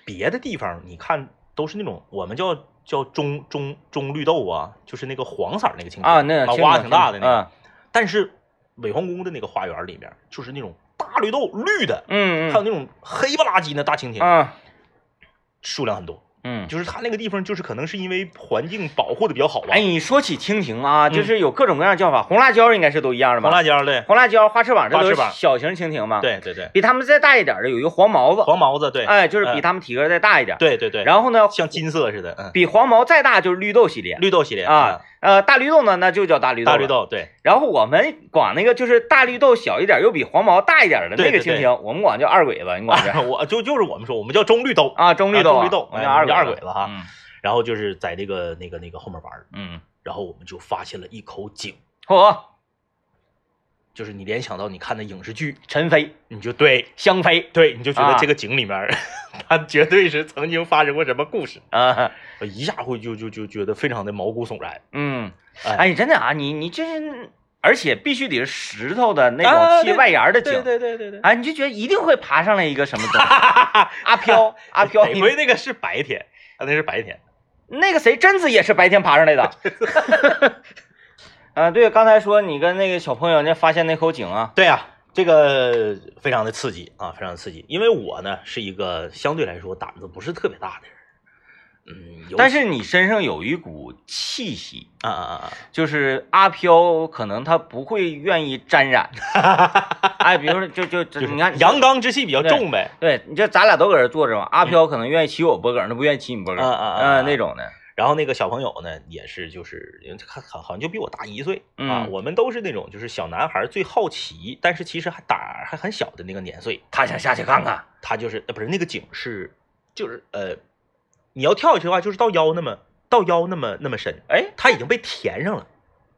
Speaker 1: 别的地方你看都是那种我们叫叫棕棕棕绿豆啊，就是那个黄色儿那个青苔
Speaker 2: 啊，那
Speaker 1: 啊
Speaker 2: 清楚
Speaker 1: 挖挺大的那个。
Speaker 2: 嗯
Speaker 1: 但是伪皇宫的那个花园里面，就是那种大绿豆绿的，还有
Speaker 2: 嗯
Speaker 1: 那种黑不拉几的大蜻
Speaker 2: 嗯
Speaker 1: 蜓，
Speaker 2: 啊
Speaker 1: 数量很多。
Speaker 2: 嗯。
Speaker 1: 就是它那个地方，就是可能是因为环境保护的比较好吧。
Speaker 2: 哎，，你说起蜻蜓啊，
Speaker 1: 嗯
Speaker 2: 就是有各种各样的叫法，红辣椒应该是都一样的吧？
Speaker 1: 黄辣椒对，
Speaker 2: 红辣椒、花翅膀，这
Speaker 1: 花
Speaker 2: 都
Speaker 1: 翅
Speaker 2: 是
Speaker 1: 膀
Speaker 2: 小型蜻蜓嘛。，
Speaker 1: 对对对，
Speaker 2: 比它们再大一点的有一个黄毛子，
Speaker 1: 黄毛子对，
Speaker 2: 哎，就是比
Speaker 1: 嗯
Speaker 2: 它们体格再大一点。
Speaker 1: 对对对，后
Speaker 2: 然后呢，
Speaker 1: 像金色似的，嗯。
Speaker 2: 比黄毛再大就是绿豆系列
Speaker 1: 绿豆系列
Speaker 2: 啊，呃，大绿豆呢，那就叫大绿
Speaker 1: 嗯
Speaker 2: 豆。
Speaker 1: 大绿。豆，对
Speaker 2: 然后我们管那个就是大绿豆小一点，又比黄毛大一点的
Speaker 1: 对
Speaker 2: 那个
Speaker 1: 对对
Speaker 2: 蜻蜓，我们管叫二鬼子，你管
Speaker 1: 啊，
Speaker 2: 叫
Speaker 1: 我就就是我们说，我们叫棕绿豆，
Speaker 2: 啊，中绿豆
Speaker 1: 啊
Speaker 2: 啊，
Speaker 1: 中绿豆
Speaker 2: 我们
Speaker 1: 哎
Speaker 2: 叫二
Speaker 1: 我们叫
Speaker 2: 鬼
Speaker 1: 二
Speaker 2: 子
Speaker 1: 鬼子哈
Speaker 2: 嗯
Speaker 1: 然后就是在那个那个那个后面玩儿，
Speaker 2: 嗯，
Speaker 1: 然后我们就发现了一口井，
Speaker 2: 嚯，
Speaker 1: 就是你联想到你看的影视剧，
Speaker 2: 陈飞、
Speaker 1: 你就对
Speaker 2: 香妃
Speaker 1: 对，你就觉
Speaker 2: 啊
Speaker 1: 得这个井里面儿， 它绝对是曾经发生过什么故事，
Speaker 2: 啊，
Speaker 1: 呃一下会就就就觉得非常的毛骨悚然，
Speaker 2: 嗯，
Speaker 1: 哎
Speaker 2: 哎，真的啊，你你就是，而且必须得是石头的那
Speaker 1: 啊
Speaker 2: 种砌
Speaker 1: 对
Speaker 2: 外沿儿的井，
Speaker 1: 对对对对，
Speaker 2: 啊，你就觉得一定会爬上来一个什么 东西，
Speaker 1: 哈哈哈哈，
Speaker 2: 阿飘阿飘，
Speaker 1: 得
Speaker 2: 你
Speaker 1: 亏那个是白天，啊，那是白天，
Speaker 2: 那个谁，贞子也是白天爬上来的。 啊，对，刚才说你跟那个小朋友那发现那口井啊，
Speaker 1: 对啊，这个非常的刺激啊，非常的刺激。因为我呢是一个相对来说胆子不是特别大的人，嗯，有
Speaker 2: 但是你身上有一股气息，
Speaker 1: 啊啊
Speaker 2: 就是阿飘可能他不会愿意 沾染。哎，比如说就就就
Speaker 1: 就是
Speaker 2: 你看
Speaker 1: 阳，刚之气比较重呗。
Speaker 2: 对，你这咱俩都搁这坐着嘛，阿飘可能愿意骑我脖梗，他不愿意骑你脖梗，
Speaker 1: 啊啊啊
Speaker 2: 嗯
Speaker 1: 啊
Speaker 2: 那种的，
Speaker 1: 然后那个小朋友呢，也是就是因为他好好像就比我大一岁啊，
Speaker 2: 嗯
Speaker 1: 我们都是那种就是小男孩最好奇，但是其实还胆儿还很小的那个年岁，
Speaker 2: 他想下去看看。
Speaker 1: 他就是呃不是那个井是就是呃，你要跳下去的话就是到腰那么到腰那么那么深，
Speaker 2: 哎，
Speaker 1: 他已经被填上了，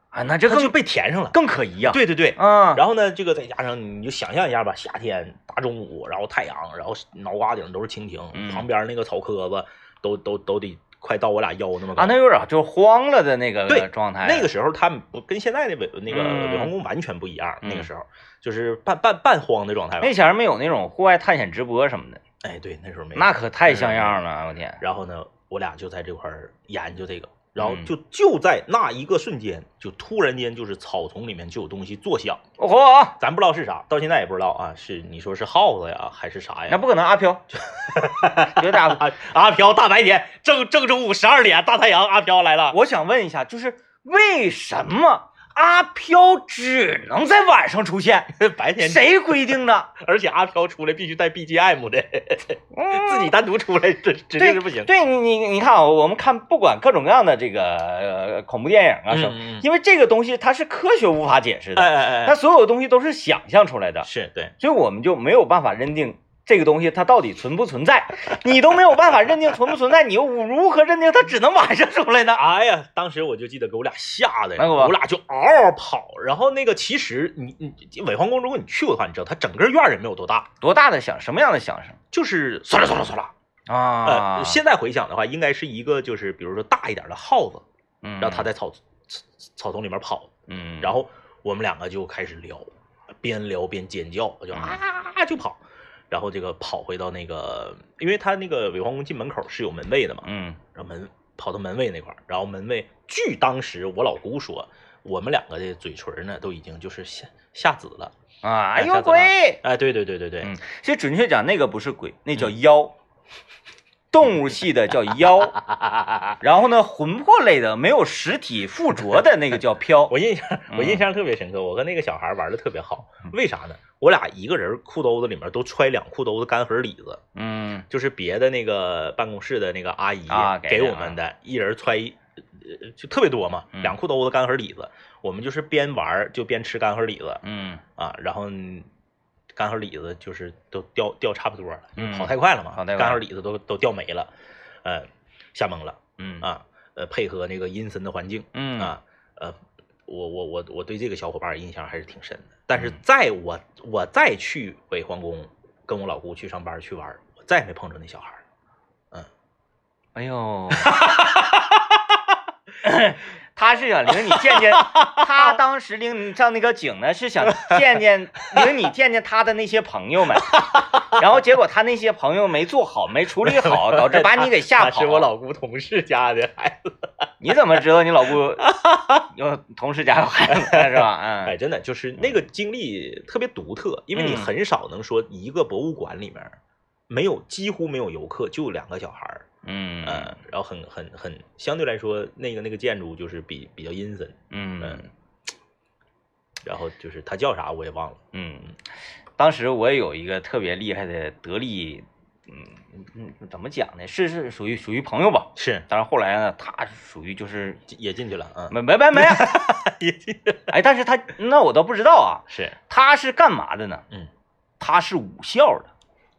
Speaker 2: 啊，那这
Speaker 1: 他就
Speaker 2: 更
Speaker 1: 被填上了。
Speaker 2: 更可疑呀、
Speaker 1: 对对对，
Speaker 2: 啊，
Speaker 1: 然后呢，这个再加上你就想象一下吧，夏天大中午，然后太阳，然后脑瓜顶都是蜻蜓，
Speaker 2: 嗯
Speaker 1: 旁边那个草棵子都都都得快到我俩腰那么高。
Speaker 2: 啊，那有点就慌了的那个
Speaker 1: 对
Speaker 2: 状态，啊
Speaker 1: 那个时候他们不跟现在的伪那个
Speaker 2: 嗯
Speaker 1: 伪皇宫完全不一样，
Speaker 2: 嗯哎
Speaker 1: 那个时候就是半半半慌的状态吧
Speaker 2: 那。前儿没有那种户外探险直播什么的，
Speaker 1: 哎，对，那时候没有。
Speaker 2: 那可太像样了，我天！
Speaker 1: 然后呢，我俩就在这块儿研究这个，然后
Speaker 2: 嗯
Speaker 1: 就就在那一个瞬间，就突然间就是草丛里面就有东西作响，
Speaker 2: 嚯，
Speaker 1: 咱不知道是啥，到现在也不知道啊，是你说是耗子呀，还是哎啥呀？
Speaker 2: 那不可能，阿 飘，绝对阿飘。
Speaker 1: 阿 阿飘大白天正正中午十二点，大太阳，阿飘来了。
Speaker 2: 我想问一下，就是为什么阿飘只能在晚上出现？
Speaker 1: 白 天，
Speaker 2: 谁规定的？
Speaker 1: 而且阿飘出来必须带 BGM 的， 自
Speaker 2: 自
Speaker 1: 己单独出来这指定是不行。
Speaker 2: 对你，你你看啊，我们看不管各种各样的这个呃恐怖电影啊什么，
Speaker 1: 嗯嗯嗯
Speaker 2: 因为这个东西它是科学无法解释的，
Speaker 1: 哎哎
Speaker 2: 它所有东西都是想象出来的，
Speaker 1: 是对，
Speaker 2: 所以我们就没有办法认定。这个东西它到底存不存在？你都没有办法认定存不存在，你又如何认定它只能晚上出来呢？
Speaker 1: 哎呀，当时我就记得给我俩吓的，
Speaker 2: 哎我
Speaker 1: 我俩就嗷嗷跑。然后那个其实你你伪皇宫，如果你去过的话，你知道它整个院儿也没有多大，
Speaker 2: 多大的响？什么样的响声
Speaker 1: 就是唰啦唰啦唰啦。
Speaker 2: 啊？
Speaker 1: 呃，现在回想的话，应该是一个就是比如说大一点的耗子，
Speaker 2: 嗯，
Speaker 1: 然后它在草草草丛里面跑，
Speaker 2: 嗯，
Speaker 1: 然后我们两个就开始聊，边聊边尖叫，我就
Speaker 2: 嗯
Speaker 1: 啊就跑，然后这个跑回到那个，因为他那个伪皇宫进门口是有门卫的嘛，
Speaker 2: 嗯
Speaker 1: 然后门跑到门卫那块儿，然后门卫据当时我老姑说，我们两个的嘴唇儿呢都已经就是下下紫了，
Speaker 2: 啊，哎
Speaker 1: 下
Speaker 2: 呦
Speaker 1: 次吧
Speaker 2: 喂！
Speaker 1: 哎，对对对对对，
Speaker 2: 嗯其实准确讲，那个不是鬼，那
Speaker 1: 嗯
Speaker 2: 叫妖，动物系的叫 妖。然后呢，魂魄类的没有实体附着的那个叫 飘。
Speaker 1: 我印象
Speaker 2: 嗯
Speaker 1: 我印象特别深刻，我和那个小孩玩的特别好，为啥呢？我俩一个人裤兜子里面都揣两裤兜子干盒李子，
Speaker 2: 嗯
Speaker 1: 就是别的那个办公室的那个阿姨
Speaker 2: 啊给
Speaker 1: 给
Speaker 2: 的
Speaker 1: 我们的，一人揣一，呃，就特别多嘛，
Speaker 2: 嗯
Speaker 1: 两裤兜子干盒李子，我们就是边玩儿就边吃干盒李子
Speaker 2: 嗯，
Speaker 1: 啊，然后嗯干盒李子就是都掉掉差不多了，因为
Speaker 2: 嗯
Speaker 1: 跑太快了嘛，
Speaker 2: 跑太快
Speaker 1: 干盒李子都都掉没了，呃，吓懵了
Speaker 2: 嗯
Speaker 1: 啊，呃，配合那个阴森的环境
Speaker 2: 嗯
Speaker 1: 啊，呃。我我我我对这个小伙伴印象还是挺深的，但是
Speaker 2: 嗯
Speaker 1: 在我我再去北皇宫跟我老姑去上班去玩儿，我再也没碰着那小孩儿。
Speaker 2: 哎呦，他是想领你见 见，他当时领你上那个井呢，是想 见见领你见见他的那些朋友们，然后结果他那些朋友没做好，没处 理好，导致把你给吓
Speaker 1: 他
Speaker 2: 跑。啊
Speaker 1: 是我老姑同事家的哎孩子。
Speaker 2: 你怎么知道你老姑 有同事家有孩子是 吧？
Speaker 1: 哎，
Speaker 2: 嗯，
Speaker 1: 真的就是那个经历特别独特，因为你很少能说一个博物馆里面没有几乎没有游客，就两个小孩儿，
Speaker 2: 嗯
Speaker 1: 呃，然后很很很相对来说那个那个建筑就是比比较阴森，
Speaker 2: 嗯
Speaker 1: 然后就是它叫啥我也忘了，
Speaker 2: 嗯，当时我也有一个特别厉害的得力，嗯嗯，怎么讲呢？是是属于属于朋友吧。
Speaker 1: 是
Speaker 2: 当然后来呢，他属于就是
Speaker 1: 也进去了，嗯，
Speaker 2: 没没没没，啊
Speaker 1: 也进去了，
Speaker 2: 哎，但是他那我倒不知道啊，
Speaker 1: 是
Speaker 2: 他是干嘛的呢？
Speaker 1: 嗯，
Speaker 2: 他是武校的，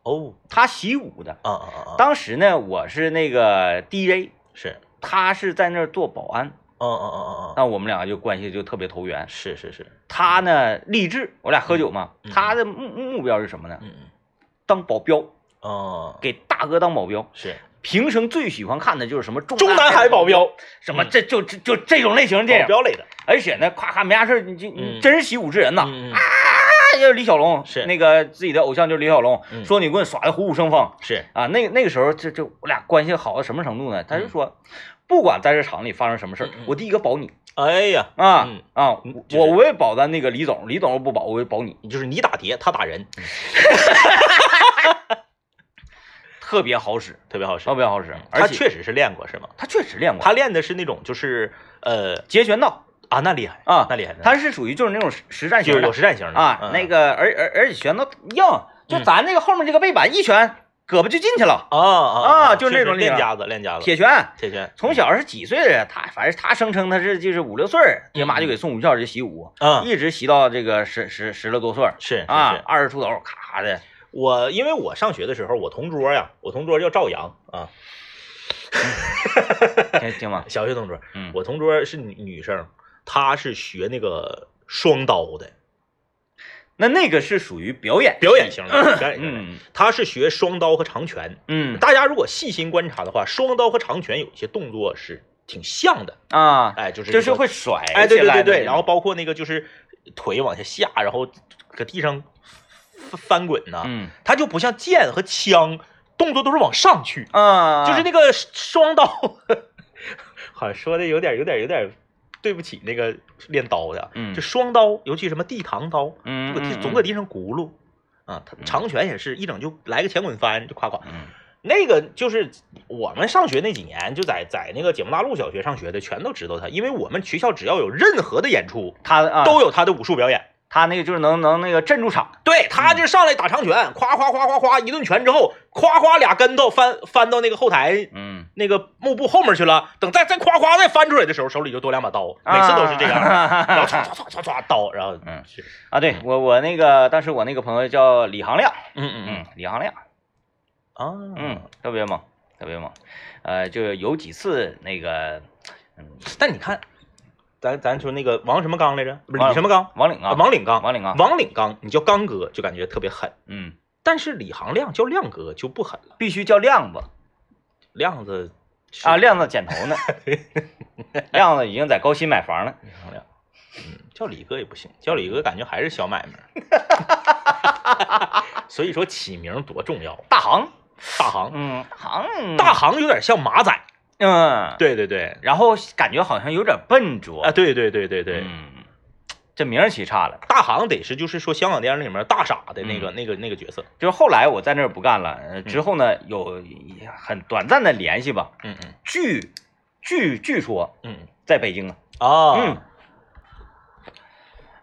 Speaker 1: 哦，
Speaker 2: 他习武的。
Speaker 1: 啊啊啊啊，
Speaker 2: 当时呢，我是那个 DJ，
Speaker 1: 是，
Speaker 2: 他是在那儿做保安，
Speaker 1: 嗯嗯嗯嗯嗯，
Speaker 2: 那我们两个就关系就特别投缘。
Speaker 1: 是是是，
Speaker 2: 他呢励志，我俩喝酒嘛，
Speaker 1: 嗯嗯
Speaker 2: 他的目目标是什么呢？
Speaker 1: 嗯嗯，
Speaker 2: 当保镖，
Speaker 1: 哦，
Speaker 2: 给大哥当保镖。
Speaker 1: 是
Speaker 2: 平生最喜欢看的就是什么中
Speaker 1: 中南海保镖，
Speaker 2: 什么
Speaker 1: 嗯
Speaker 2: 这就这就这种类型的电
Speaker 1: 保
Speaker 2: 影，
Speaker 1: 镖类的，
Speaker 2: 而且呢，夸夸没啥事儿你就你
Speaker 1: 嗯
Speaker 2: 真是习武之人呐。
Speaker 1: 嗯嗯
Speaker 2: 那就是李小龙，
Speaker 1: 是
Speaker 2: 那个自己的偶像就是李小龙，
Speaker 1: 嗯
Speaker 2: 说你棍耍的虎虎生风
Speaker 1: 是，
Speaker 2: 啊。那那个时候这这我俩关系好到什么程度呢？他就说，不管在这厂里发生什么事儿
Speaker 1: 嗯嗯嗯，
Speaker 2: 我第一个保你
Speaker 1: 哎呀。
Speaker 2: 啊
Speaker 1: 嗯
Speaker 2: 啊，我
Speaker 1: 嗯就是
Speaker 2: 我我也保咱那个李总，李总我不保，我也保你，
Speaker 1: 就是你打碟，他打人，
Speaker 2: 特别好使。
Speaker 1: 特别好使
Speaker 2: 特。别好使，
Speaker 1: 嗯他
Speaker 2: 哦而且
Speaker 1: 确实是练过，是吗？
Speaker 2: 他确实练过
Speaker 1: 他练的是那种就是呃
Speaker 2: 截拳道
Speaker 1: 啊，那厉害
Speaker 2: 啊
Speaker 1: 那，厉害，那
Speaker 2: 他是属于就是那种实实战
Speaker 1: 就
Speaker 2: 型
Speaker 1: 是有
Speaker 2: 的
Speaker 1: 实战型的嗯
Speaker 2: 啊，那
Speaker 1: 个
Speaker 2: 个而而而且拳头硬，就
Speaker 1: 嗯
Speaker 2: 咱这个后面这个背板一拳胳膊就进去了，
Speaker 1: 啊啊
Speaker 2: 啊就那种
Speaker 1: 是练
Speaker 2: 力量
Speaker 1: 家子，练家子，
Speaker 2: 铁拳。
Speaker 1: 铁拳，
Speaker 2: 从小是几岁的？他反正他声称他是就是五六岁儿，爹妈就给送武校去习武，
Speaker 1: 嗯
Speaker 2: 一直习到这个十十十来多岁儿
Speaker 1: 是是
Speaker 2: 啊，
Speaker 1: 是，
Speaker 2: 二十出头，咔的，
Speaker 1: 我因为我上学的时候，我同桌呀，我同桌叫赵阳啊，
Speaker 2: 听听吗？
Speaker 1: 小学同桌，
Speaker 2: 嗯，
Speaker 1: 我同桌是女女生，她是学那个双刀的
Speaker 2: 那那个是属于表演
Speaker 1: 表演，型的，表演型的，
Speaker 2: 嗯
Speaker 1: 她是学双刀和长拳。
Speaker 2: 嗯
Speaker 1: 大家如果细心观察的话，双刀和长拳有一些动作是挺像的，
Speaker 2: 啊，
Speaker 1: 哎，就是
Speaker 2: 就是
Speaker 1: 那个
Speaker 2: 会甩起来的那种，
Speaker 1: 哎，对对对对，然后包括那个就是腿往下下，然后搁地上翻翻滚呐、
Speaker 2: 嗯
Speaker 1: 它就不像剑和枪动作都是往上去，
Speaker 2: 啊，
Speaker 1: 就是那个双刀。 好像说的有点有点有点对不起那个练刀的，
Speaker 2: 嗯
Speaker 1: 就双刀，尤其什么地堂刀，
Speaker 2: 嗯
Speaker 1: 就搁地
Speaker 2: 嗯
Speaker 1: 总搁地上轱辘啊，他长拳也是一整就来个前滚翻，就夸夸。
Speaker 2: 嗯
Speaker 1: 那个就是我们上学那几年，就在在那个解放大陆小学上学的，全都知道他，因为我们学校只要有任何的演出，
Speaker 2: 他啊，
Speaker 1: 都有他的武术表演。
Speaker 2: 他那个就是能能那个镇住场，
Speaker 1: 对，他
Speaker 2: 嗯
Speaker 1: 就上来打长拳，夸夸夸夸夸一顿拳之后，夸夸俩跟头翻翻到那个后台
Speaker 2: 嗯，
Speaker 1: 那个幕布后面去了。等再再夸夸再翻出来的时候，手里就多两把刀，
Speaker 2: 嗯
Speaker 1: 每次都是这样，然后
Speaker 2: 样。
Speaker 1: 唰唰唰唰唰刀，然后
Speaker 2: 啊嗯
Speaker 1: 是
Speaker 2: 啊，对我我那个当时我那个朋友叫李行亮，
Speaker 1: 嗯嗯
Speaker 2: 嗯，李行亮，
Speaker 1: 啊
Speaker 2: 嗯，特别猛，特别猛，呃，就有几次那个，嗯，
Speaker 1: 但你看，咱咱说那个王什么刚来着？不是
Speaker 2: 王
Speaker 1: 李什么刚？
Speaker 2: 王岭啊，
Speaker 1: 啊王岭刚，
Speaker 2: 王岭啊，
Speaker 1: 王岭刚，你叫刚哥就感觉特别狠，
Speaker 2: 嗯，
Speaker 1: 但是李行亮叫亮哥就不狠了，
Speaker 2: 必须叫亮子
Speaker 1: 亮子是嗯
Speaker 2: 啊，亮子剪头 呢，亮子已经在高新买房了，
Speaker 1: 李行亮，嗯，叫李哥也不行，叫李哥感觉还是小买卖 儿。所以说起名多重要，
Speaker 2: 大行，
Speaker 1: 大行，
Speaker 2: 嗯，行，
Speaker 1: 大，行有点像马仔，
Speaker 2: 嗯，，
Speaker 1: 对对对，
Speaker 2: 然后感觉好像有点笨拙，
Speaker 1: 啊，对对对对对，
Speaker 2: 嗯，这名儿起差了。
Speaker 1: 大行得是就是说香港电影里面大傻的那个、
Speaker 2: 嗯
Speaker 1: 那个那个角色，
Speaker 2: 就是后来我在那儿不干了，
Speaker 1: 嗯
Speaker 2: 呃之后呢有很短暂的联系吧，
Speaker 1: 嗯嗯
Speaker 2: 据据据说
Speaker 1: 嗯，
Speaker 2: 在北京呢。
Speaker 1: 啊，
Speaker 2: 嗯，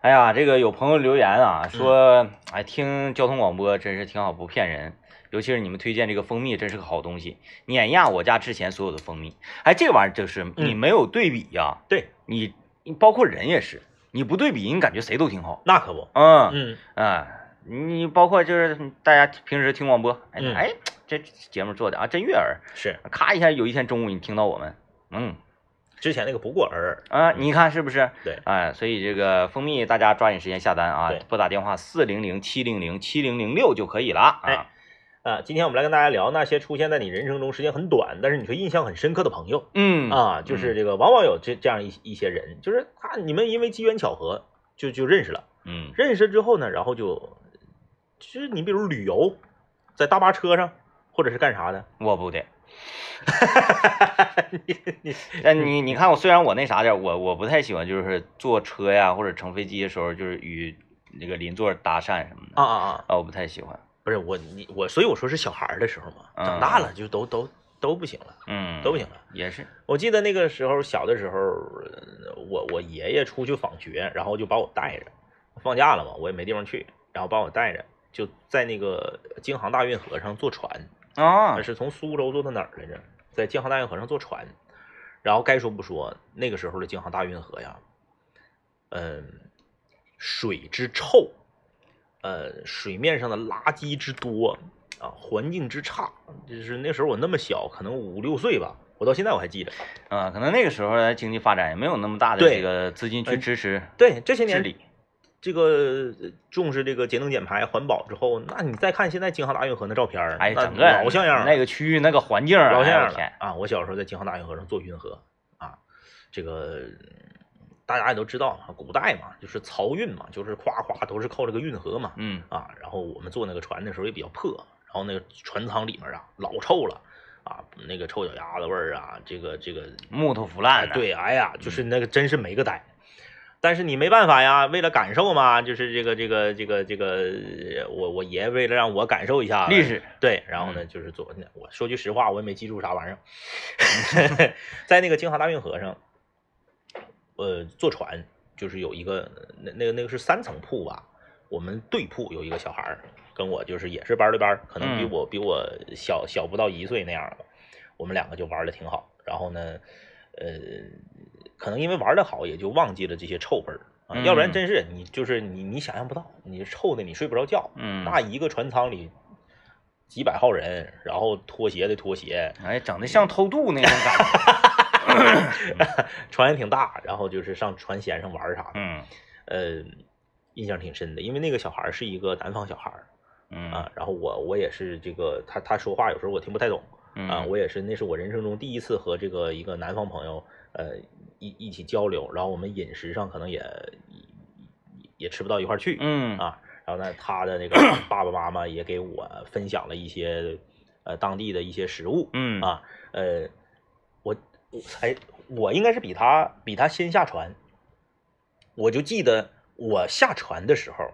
Speaker 2: 哎呀，这个有朋友留言啊，说哎听交通广播真是挺好，不骗人。尤其是你们推荐这个蜂蜜，真是个好东西，碾压我家之前所有的蜂蜜。哎，这玩意儿就是你没有对比呀、
Speaker 1: 对，
Speaker 2: 你你包括人也是，你不对比，你感觉谁都挺好。
Speaker 1: 那可不，嗯
Speaker 2: 嗯啊，你包括就是大家平时听广播，哎、
Speaker 1: 嗯
Speaker 2: 哎，这节目做的啊真悦耳，
Speaker 1: 是
Speaker 2: 咔一下，有一天中午你听到我们，嗯
Speaker 1: 之前那个不过尔，
Speaker 2: 啊，你看是不是？
Speaker 1: 对
Speaker 2: 哎、所以这个蜂蜜大家抓紧时间下单啊
Speaker 1: 对，
Speaker 2: 拨打电话四零零七零零七零零六就可以了啊。
Speaker 1: 哎啊，今天我们来跟大家聊那些出现在你人生中时间很短，但是你却印象很深刻的朋友。
Speaker 2: 嗯
Speaker 1: 啊，就是这个，往往有这这样一一些人，就是他你们因为机缘巧合就就认识了，
Speaker 2: 嗯
Speaker 1: 认识之后呢，然后就，就是你比如旅游，在大巴车上，或者是干啥的，
Speaker 2: 嗯，我不得，
Speaker 1: 你你
Speaker 2: 但你你看我虽然我那啥点儿，我我不太喜欢就是坐车呀或者乘飞机的时候就是与那个邻座搭讪什么的
Speaker 1: 啊啊啊，
Speaker 2: 啊，我不太喜欢。
Speaker 1: 不是我你我，所以我说是小孩儿的时候嘛，
Speaker 2: 嗯
Speaker 1: 长大了就都都都不行了，
Speaker 2: 嗯，
Speaker 1: 都不行了。
Speaker 2: 也是，
Speaker 1: 我记得那个时候小的时候，呃我我爷爷出去访学，然后就把我带着，放假了嘛，我也没地方去，然后把我带着就在那个京杭大运河上坐船。
Speaker 2: 啊
Speaker 1: 他，是从苏州坐到哪儿来着？在京杭大运河上坐船，然后该说不说，那个时候的京杭大运河呀，嗯，水之臭，呃，水面上的垃圾之多啊，环境之差，就是那时候我那么小，可能五六岁吧，我到现在我还记得。
Speaker 2: 啊，可能那个时候呢经济发展也没有那么大的
Speaker 1: 对
Speaker 2: 这个资金去
Speaker 1: 嗯
Speaker 2: 支持
Speaker 1: 对，这些
Speaker 2: 治
Speaker 1: 年
Speaker 2: 理。
Speaker 1: 这个呃重视这个节能减排、环保之后，那你再看现在京杭大运河那照片儿，
Speaker 2: 哎，
Speaker 1: 那
Speaker 2: 整个
Speaker 1: 啊老像样了。
Speaker 2: 那个区域那个环境，
Speaker 1: 老像
Speaker 2: 哎我
Speaker 1: 样了
Speaker 2: 天
Speaker 1: 啊！我小时候在京杭大运河上坐运河啊，这个嗯大家也都知道啊，古代嘛，就是漕运嘛，就是夸夸都是靠这个运河嘛
Speaker 2: 嗯
Speaker 1: 啊。然后我们坐那个船的时候也比较破，然后那个船舱里面啊老臭了啊，那个臭脚丫子味儿啊，这个这个，
Speaker 2: 木头腐
Speaker 1: 哎
Speaker 2: 烂的，，嗯
Speaker 1: 对，哎呀，就是那个真是没个呆。但是你没办法呀，为了感受嘛，就是这个这个这个这个，呃我我爷为了让我感受一下
Speaker 2: 历史
Speaker 1: 对，然后
Speaker 2: 嗯
Speaker 1: 呢，就是昨天我说句实话，我也没记住啥玩意儿， 在那个京杭大运河上，呃，坐船就是有一个那那个那个是三层铺吧，我们队铺有一个小孩儿跟我就是也是班儿对班儿，可能比
Speaker 2: 嗯
Speaker 1: 我比我小小不到一岁那样吧，我们两个就玩的挺好，然后呢，呃，可能因为玩的好，也就忘记了这些臭味儿。啊，要不然
Speaker 2: 嗯
Speaker 1: 真是你就是你你想象不到，你臭的你睡不着觉，
Speaker 2: 嗯，
Speaker 1: 那一个船舱里几百号人，然后脱鞋的脱鞋，
Speaker 2: 哎，整的像偷渡那种感觉，
Speaker 1: 船也挺大，然后就是上船舷上玩儿啥的，
Speaker 2: 嗯
Speaker 1: 呃，印象挺深的，因为那个小孩儿是一个南方小孩儿
Speaker 2: 嗯
Speaker 1: 啊，然后我我也是这个他他说话有时候我听不太懂啊，
Speaker 2: 嗯
Speaker 1: 我也是那是我人生中第一次和这个一个南方朋友呃一一起交流，然后我们饮食上可能也也也吃不到一块儿去，
Speaker 2: 嗯
Speaker 1: 啊，然后呢，他的那 个爸爸妈妈也给我分享了一些呃当地的一些食物
Speaker 2: 嗯
Speaker 1: 啊，呃，我我哎，我应该是比他比他先下船。我就记得我下船的时候，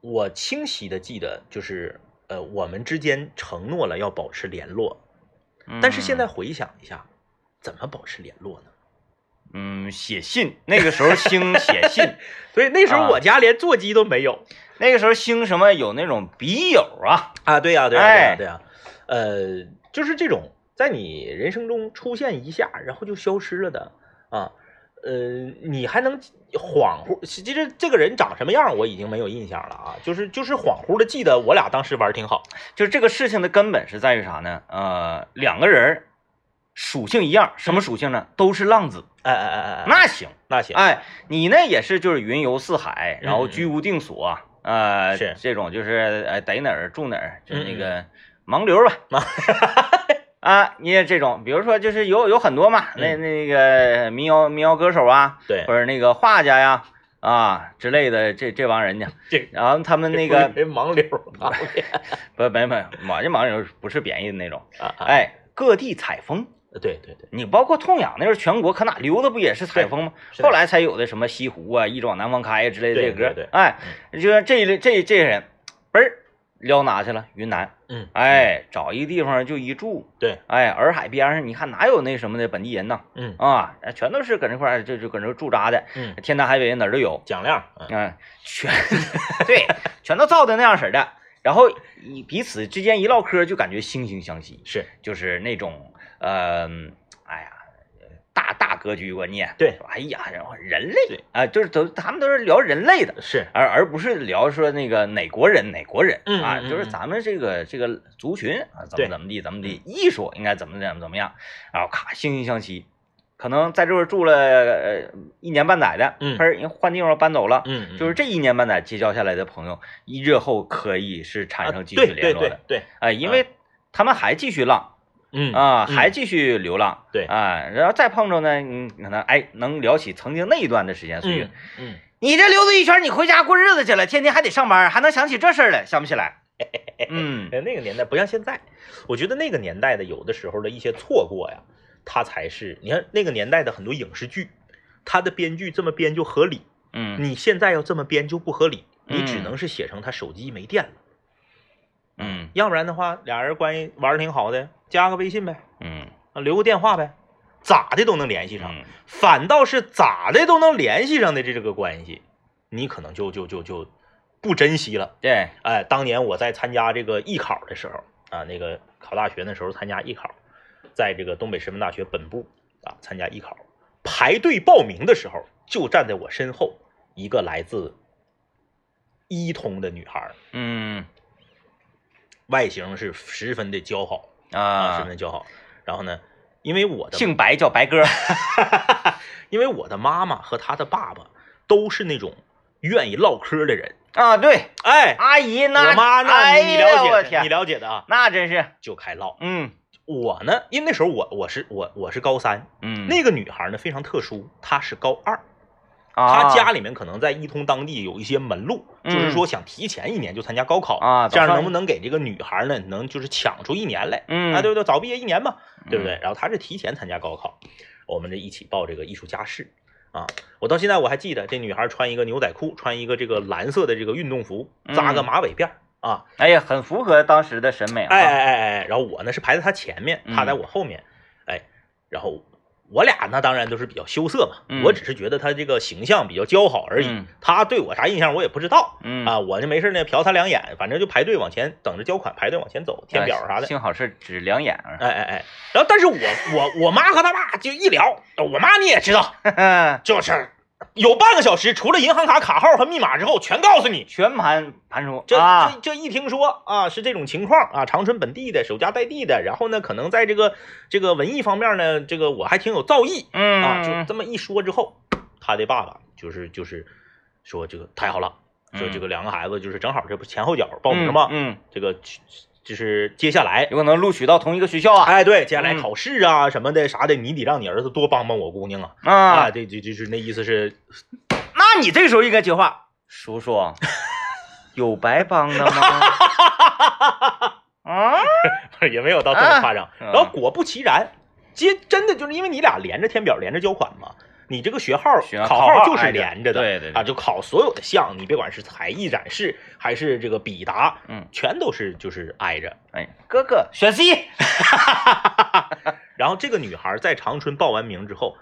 Speaker 1: 我清晰的记得就是呃，我们之间承诺了要保持联络，
Speaker 2: 嗯
Speaker 1: 但是现在回想一下，怎么保持联络呢？
Speaker 2: 嗯，嗯，写信，那个时候兴写信，
Speaker 1: 所以那时候
Speaker 2: 啊
Speaker 1: 我家连座机都没有
Speaker 2: 那个时候兴什么有那种笔友啊，
Speaker 1: 啊！对呀、对呀、对呀、
Speaker 2: 哎
Speaker 1: 对呀、呃，就是这种在你人生中出现一下，然后就消失了的啊。呃，你还能恍惚，其实这个人长什么样我已经没有印象了啊，就是就是恍惚的记得我俩当时玩儿挺好，
Speaker 2: 就是这个事情的根本是在于啥呢？呃，两个人儿属性一样，什么属性呢？都是浪子，
Speaker 1: 哎哎哎哎哎，
Speaker 2: 那行，
Speaker 1: 那行，
Speaker 2: 哎，你呢也是就是云游四海，然后
Speaker 1: 嗯嗯
Speaker 2: 居无定所啊，呃，
Speaker 1: 是
Speaker 2: 这种就是呃逮哪儿住哪儿，就是那
Speaker 1: 嗯嗯
Speaker 2: 个盲流吧，啊，你也这种，比如说就是有有很多嘛，那
Speaker 1: 嗯
Speaker 2: 那个民谣民谣歌手啊，
Speaker 1: 对，
Speaker 2: 或者那个画家呀啊之类的，这这帮人家，
Speaker 1: 这
Speaker 2: 然后他们那个
Speaker 1: 人盲 流啊
Speaker 2: 不没没，我这盲流不是贬义的那种，
Speaker 1: 啊，啊
Speaker 2: 哎，各地采风。
Speaker 1: 对对对，
Speaker 2: 你包括痛痒那时候，全国可哪溜达不也是采风吗？
Speaker 1: 是的
Speaker 2: 后来才有的什么西湖啊，一直往南方开啊之类的这
Speaker 1: 对
Speaker 2: 些歌。
Speaker 1: 对对嗯
Speaker 2: 哎，就是这一类这这些人，嘣儿撩哪去了？云南。
Speaker 1: 嗯，
Speaker 2: 哎，找一个地方就一住。
Speaker 1: 对，
Speaker 2: 哎，洱海边上，你看哪有那什么的本地人呐？
Speaker 1: 嗯
Speaker 2: 啊，全都是搁那块儿就就搁那驻扎的，
Speaker 1: 嗯，
Speaker 2: 天南海北哪儿都有。
Speaker 1: 蒋亮，嗯
Speaker 2: 嗯， 全对，全都造的那样式儿的。然后以彼此之间一唠嗑，就感觉惺惺相惜，
Speaker 1: 是
Speaker 2: 就是那种呃，哎呀，大大格局观念。
Speaker 1: 对，
Speaker 2: 哎呀，然后人
Speaker 1: 对
Speaker 2: 类啊，就是都他们都是聊人类的，
Speaker 1: 是，
Speaker 2: 而而不是聊说那个哪国人哪国人
Speaker 1: 嗯
Speaker 2: 啊，
Speaker 1: 嗯嗯
Speaker 2: 就是
Speaker 1: 嗯
Speaker 2: 咱们这个这个族群啊，怎
Speaker 1: 对嗯
Speaker 2: 么怎么地怎么地，艺术应该怎么怎么怎么样，然后咔惺惺相惜。可能在这儿住了呃一年半载的，
Speaker 1: 嗯
Speaker 2: 他人换地方搬走了，
Speaker 1: 嗯
Speaker 2: 就是这一年半载结交下来的朋友，日后可以是产生继续
Speaker 1: 啊对
Speaker 2: 联
Speaker 1: 对
Speaker 2: 络的
Speaker 1: 对，嗯对，
Speaker 2: 哎，因为他们还继续浪
Speaker 1: 嗯
Speaker 2: 啊，还
Speaker 1: 嗯
Speaker 2: 继续流浪，
Speaker 1: 对
Speaker 2: 啊，然后再碰着呢，嗯，可能哎能聊起曾经那一段的时间岁月
Speaker 1: 嗯。嗯，
Speaker 2: 你这溜达一圈，你回家过日子去了，天天还得上班，还能想起这事儿来，想不 起来。嗯，
Speaker 1: 哎那个年代不像现在，我觉得那个年代的有的时候的一些错过呀，它才是你看那个年代的很多影视剧，它的编剧这么编就合理，
Speaker 2: 嗯
Speaker 1: 你现在要这么编就不合理，你只
Speaker 2: 嗯
Speaker 1: 能是写成他手机没电了，
Speaker 2: 嗯
Speaker 1: 要不然的话俩人关系玩的挺好的，加个微信呗，
Speaker 2: 嗯
Speaker 1: 啊留个电话呗，咋的都能联系上。
Speaker 2: 嗯，
Speaker 1: 反倒是咋的都能联系上的这个关系，你可能就就就就不珍惜了。
Speaker 2: 对，
Speaker 1: 哎，当年我在参加这个艺考的时候啊，那个考大学的时候参加艺考，在这个东北师范大学本部啊参加艺考，排队报名的时候，就站在我身后一个来自伊通的女孩儿，
Speaker 2: 嗯
Speaker 1: 外形是十分的姣好啊，十
Speaker 2: 啊
Speaker 1: 分，的姣好。然后呢，因为我的
Speaker 2: 姓白叫白哥，
Speaker 1: 因为我的妈妈和她的爸爸都是那种愿意唠嗑的人。
Speaker 2: 啊，对，
Speaker 1: 哎，
Speaker 2: 阿姨那
Speaker 1: 我妈
Speaker 2: 哎
Speaker 1: 那你
Speaker 2: 呀
Speaker 1: 了
Speaker 2: 我
Speaker 1: 解的，你
Speaker 2: 天，
Speaker 1: 了解的啊，
Speaker 2: 那真是，
Speaker 1: 就开唠。
Speaker 2: 嗯
Speaker 1: 我呢，因为那时候我我是我我是高三，
Speaker 2: 嗯，
Speaker 1: 那个女孩呢非常特殊，她是高二，
Speaker 2: 啊嗯
Speaker 1: 她家里面可能在伊通当地有一些门路，就是说想提前一年就参加高考
Speaker 2: 啊
Speaker 1: 这样
Speaker 2: 早上
Speaker 1: 能不能给这个女孩呢能就是抢出一年来？
Speaker 2: 嗯
Speaker 1: 啊，对不对？早毕业一年嘛，对不对？然后他是提前参加高考，我们这一起报这个艺术家室啊。我到现在我还记得，这女孩穿一个牛仔裤，穿一个这个蓝色的这个运动服，扎个
Speaker 2: 嗯
Speaker 1: 马尾辫儿啊，
Speaker 2: 哎呀，很符合当时的审美啊。
Speaker 1: 哎哎哎哎。然后我呢是排在她前面，她在
Speaker 2: 嗯
Speaker 1: 我后面，哎，然后我俩那当然都是比较羞涩嘛
Speaker 2: 嗯，
Speaker 1: 我只是觉得她这个形象比较姣好而已
Speaker 2: 嗯，
Speaker 1: 她对我啥印象我也不知道。
Speaker 2: 嗯
Speaker 1: 啊，，我就没事呢，瞟她两眼，反正就排队往前，等着交款，排队往前走，
Speaker 2: 哎
Speaker 1: 填表啥的。
Speaker 2: 幸好是只两眼儿。
Speaker 1: 哎哎哎，然后但是我我我妈和他爸就一聊，我妈你也知道，就是有半个小时，除了银行卡卡号和密码之后，全告诉你。
Speaker 2: 全盘盘出
Speaker 1: 这
Speaker 2: 啊
Speaker 1: 这，这一听说啊是这种情况啊，长春本地的守家待地的，然后呢，可能在这个这个文艺方面呢，这个我还挺有造诣
Speaker 2: 嗯
Speaker 1: 啊。就这么一说之后，他的爸爸就是就是说这个太好了，说这个两个孩子就是正好这不前后脚报名吗？
Speaker 2: 嗯嗯，嗯
Speaker 1: 这个就是接下来
Speaker 2: 有可能录取到同一个学校啊
Speaker 1: 哎，对，接下来
Speaker 2: 嗯
Speaker 1: 考试啊什么的啥的，你得让你儿子多帮帮我姑娘啊！
Speaker 2: 啊
Speaker 1: 啊，！对，就就是那意思是，
Speaker 2: 那你这时候应该接话，叔叔， 有白帮 的吗？啊，
Speaker 1: 啊 也没有到这么夸张。
Speaker 2: 嗯
Speaker 1: 然后果不其然，接真的就是因为你俩连着填表，连着交款嘛。你这个学号
Speaker 2: 学校
Speaker 1: 考
Speaker 2: 号
Speaker 1: 就是
Speaker 2: 挨
Speaker 1: 连着的，
Speaker 2: 对对对
Speaker 1: 啊，就考所有的项，你别管是才艺展示还是这个笔答，
Speaker 2: 嗯，
Speaker 1: 全都是就是挨着。
Speaker 2: 哎，哥哥选 C，
Speaker 1: 然后这个女孩在长春报完名之后，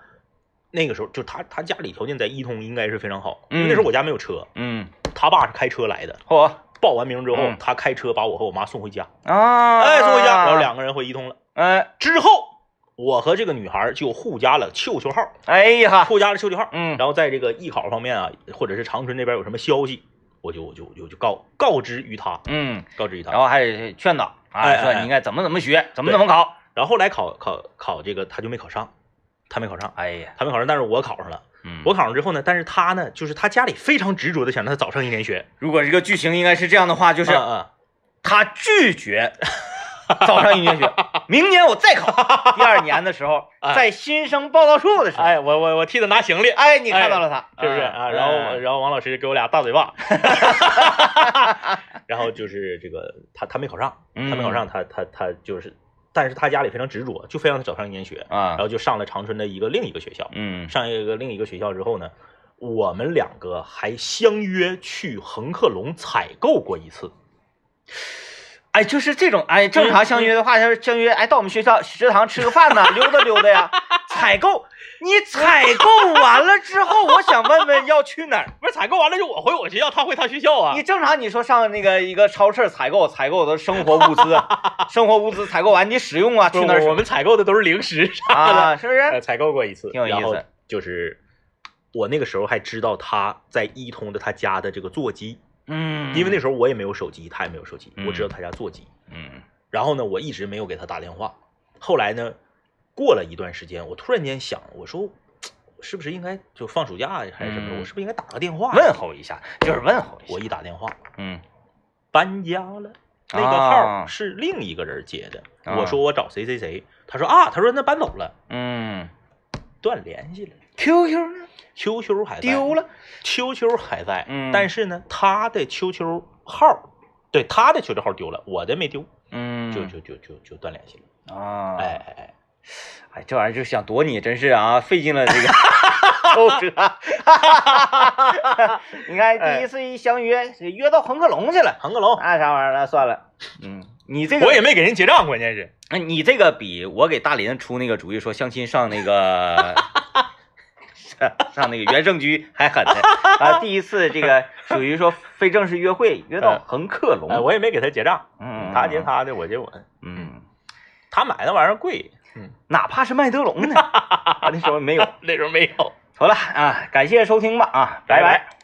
Speaker 1: 那个时候就她她家里条件在一通应该是非常好，因为那时候我家没有车，
Speaker 2: 嗯，
Speaker 1: 她爸是开车来的。
Speaker 2: 嚯
Speaker 1: 报完名之后
Speaker 2: 嗯，
Speaker 1: 她开车把我和我妈送回家，
Speaker 2: 啊，
Speaker 1: 哎，送回家，然后，两个人回一通了。
Speaker 2: 哎，
Speaker 1: 之后，我和这个女孩就互加了舅舅号，
Speaker 2: 哎呀，
Speaker 1: 互加了舅舅号。
Speaker 2: 嗯，
Speaker 1: 然后在这个艺考方面啊，或者是长春那边有什么消息，我就我就我就我就告告知于她，
Speaker 2: 嗯，
Speaker 1: 告知于她。
Speaker 2: 然后还劝导
Speaker 1: 哎
Speaker 2: 啊，
Speaker 1: 哎
Speaker 2: 说你应该怎么怎么学，怎么怎么考，
Speaker 1: 然后后来考考考这个，她就没考上，她没考上，
Speaker 2: 哎呀，
Speaker 1: 她没考上，但是我考上了。
Speaker 2: 嗯，
Speaker 1: 我考上之后呢，但是她呢，就是她家里非常执着的想让她早上一年学，
Speaker 2: 如果这个剧情应该是这样的话，就
Speaker 1: 就是嗯
Speaker 2: 他拒绝早上一 年学，明年我再考。第二年的时候，
Speaker 1: 哎
Speaker 2: 在新生报到处的时候，
Speaker 1: 哎，我我我替她拿行李，
Speaker 2: 哎，你看到了他，哎
Speaker 1: 是不是啊？然后然后王老师给我俩大嘴 巴，然后就是这个他他没考上，
Speaker 2: 嗯
Speaker 1: 他没考上，他他他就是，但是他家里非常执着，就非让他早上一年学，
Speaker 2: 啊
Speaker 1: 然，后就上了长春的一个另一个学校，
Speaker 2: 嗯
Speaker 1: 上一个另一个学校之后呢，我们两个还相约去恒客隆采购过一次，
Speaker 2: 哎，就是这种哎，正常相约的话，
Speaker 1: 嗯
Speaker 2: 要是相约哎，到我们学校食堂吃个 饭呐，溜达溜达呀，采购。你采购完了之后，我想问问要去哪儿？
Speaker 1: 不是采购完了就我回我学校，他回他学校 啊
Speaker 2: 你正常你说上那个一个超市采购，采购的生活物资，啊 生活物资采购完你使用啊，去
Speaker 1: 去那
Speaker 2: 哪儿
Speaker 1: 儿
Speaker 2: 使
Speaker 1: 我们采购的都是零食 啥的，
Speaker 2: 啊？是不是？
Speaker 1: 呃，采购过一次，
Speaker 2: 挺有意思
Speaker 1: 然后就是我那个时候还知道他在一通的他家的这个座机，
Speaker 2: 嗯，
Speaker 1: 因为那时候我也没有手机，他也没有手机，
Speaker 2: 嗯
Speaker 1: 我知道他家座机。
Speaker 2: 嗯
Speaker 1: 然后呢，我一直没有给他打电话。后来呢，过了一段时间，我突然间想，我说我是不是应该就放暑假呀还是什么的？
Speaker 2: 嗯
Speaker 1: 我是不是应该打个电话？
Speaker 2: 问候一下，就是问候一
Speaker 1: 我
Speaker 2: 下。
Speaker 1: 一打电话，
Speaker 2: 嗯
Speaker 1: 搬家了。那个
Speaker 2: 啊
Speaker 1: 号是另一个人接的，
Speaker 2: 啊
Speaker 1: 我说我找谁谁谁，他说啊，他说那搬走了，
Speaker 2: 嗯
Speaker 1: 断联系了
Speaker 2: ，QQ 呢
Speaker 1: ，QQ 还在
Speaker 2: 丢了，
Speaker 1: 秋秋还在，
Speaker 2: 嗯
Speaker 1: 但是呢，他的秋秋号，对，他的秋秋号丢了，我的没丢，
Speaker 2: 嗯
Speaker 1: 就就就就就断联系了。
Speaker 2: 啊，
Speaker 1: 哎哎哎，
Speaker 2: 哎，这玩意儿就想躲你，真是啊， 费尽 了这个哦周折。你看，第一次一相
Speaker 1: 哎
Speaker 2: 约，约到恒客隆去了，
Speaker 1: 横个龙，
Speaker 2: 那啥玩意儿？那算了，嗯，你这个
Speaker 1: 我也没给人结账，关键是
Speaker 2: 哎，你这个比我给大林出那个主意说相亲上那 个上上那个原生居还狠呢。啊，第一次这个属于说非正式约会，约到恒客隆，
Speaker 1: 哎，我也没给他结账，
Speaker 2: 嗯
Speaker 1: 他结，他的，我结我的，
Speaker 2: 嗯，
Speaker 1: 他买那玩意儿贵，嗯，
Speaker 2: 哪怕是麦德 龙呢，啊，那时候没有。
Speaker 1: 那时候没有。
Speaker 2: 好了啊，感谢收听吧啊，
Speaker 1: 拜
Speaker 2: 拜拜
Speaker 1: 拜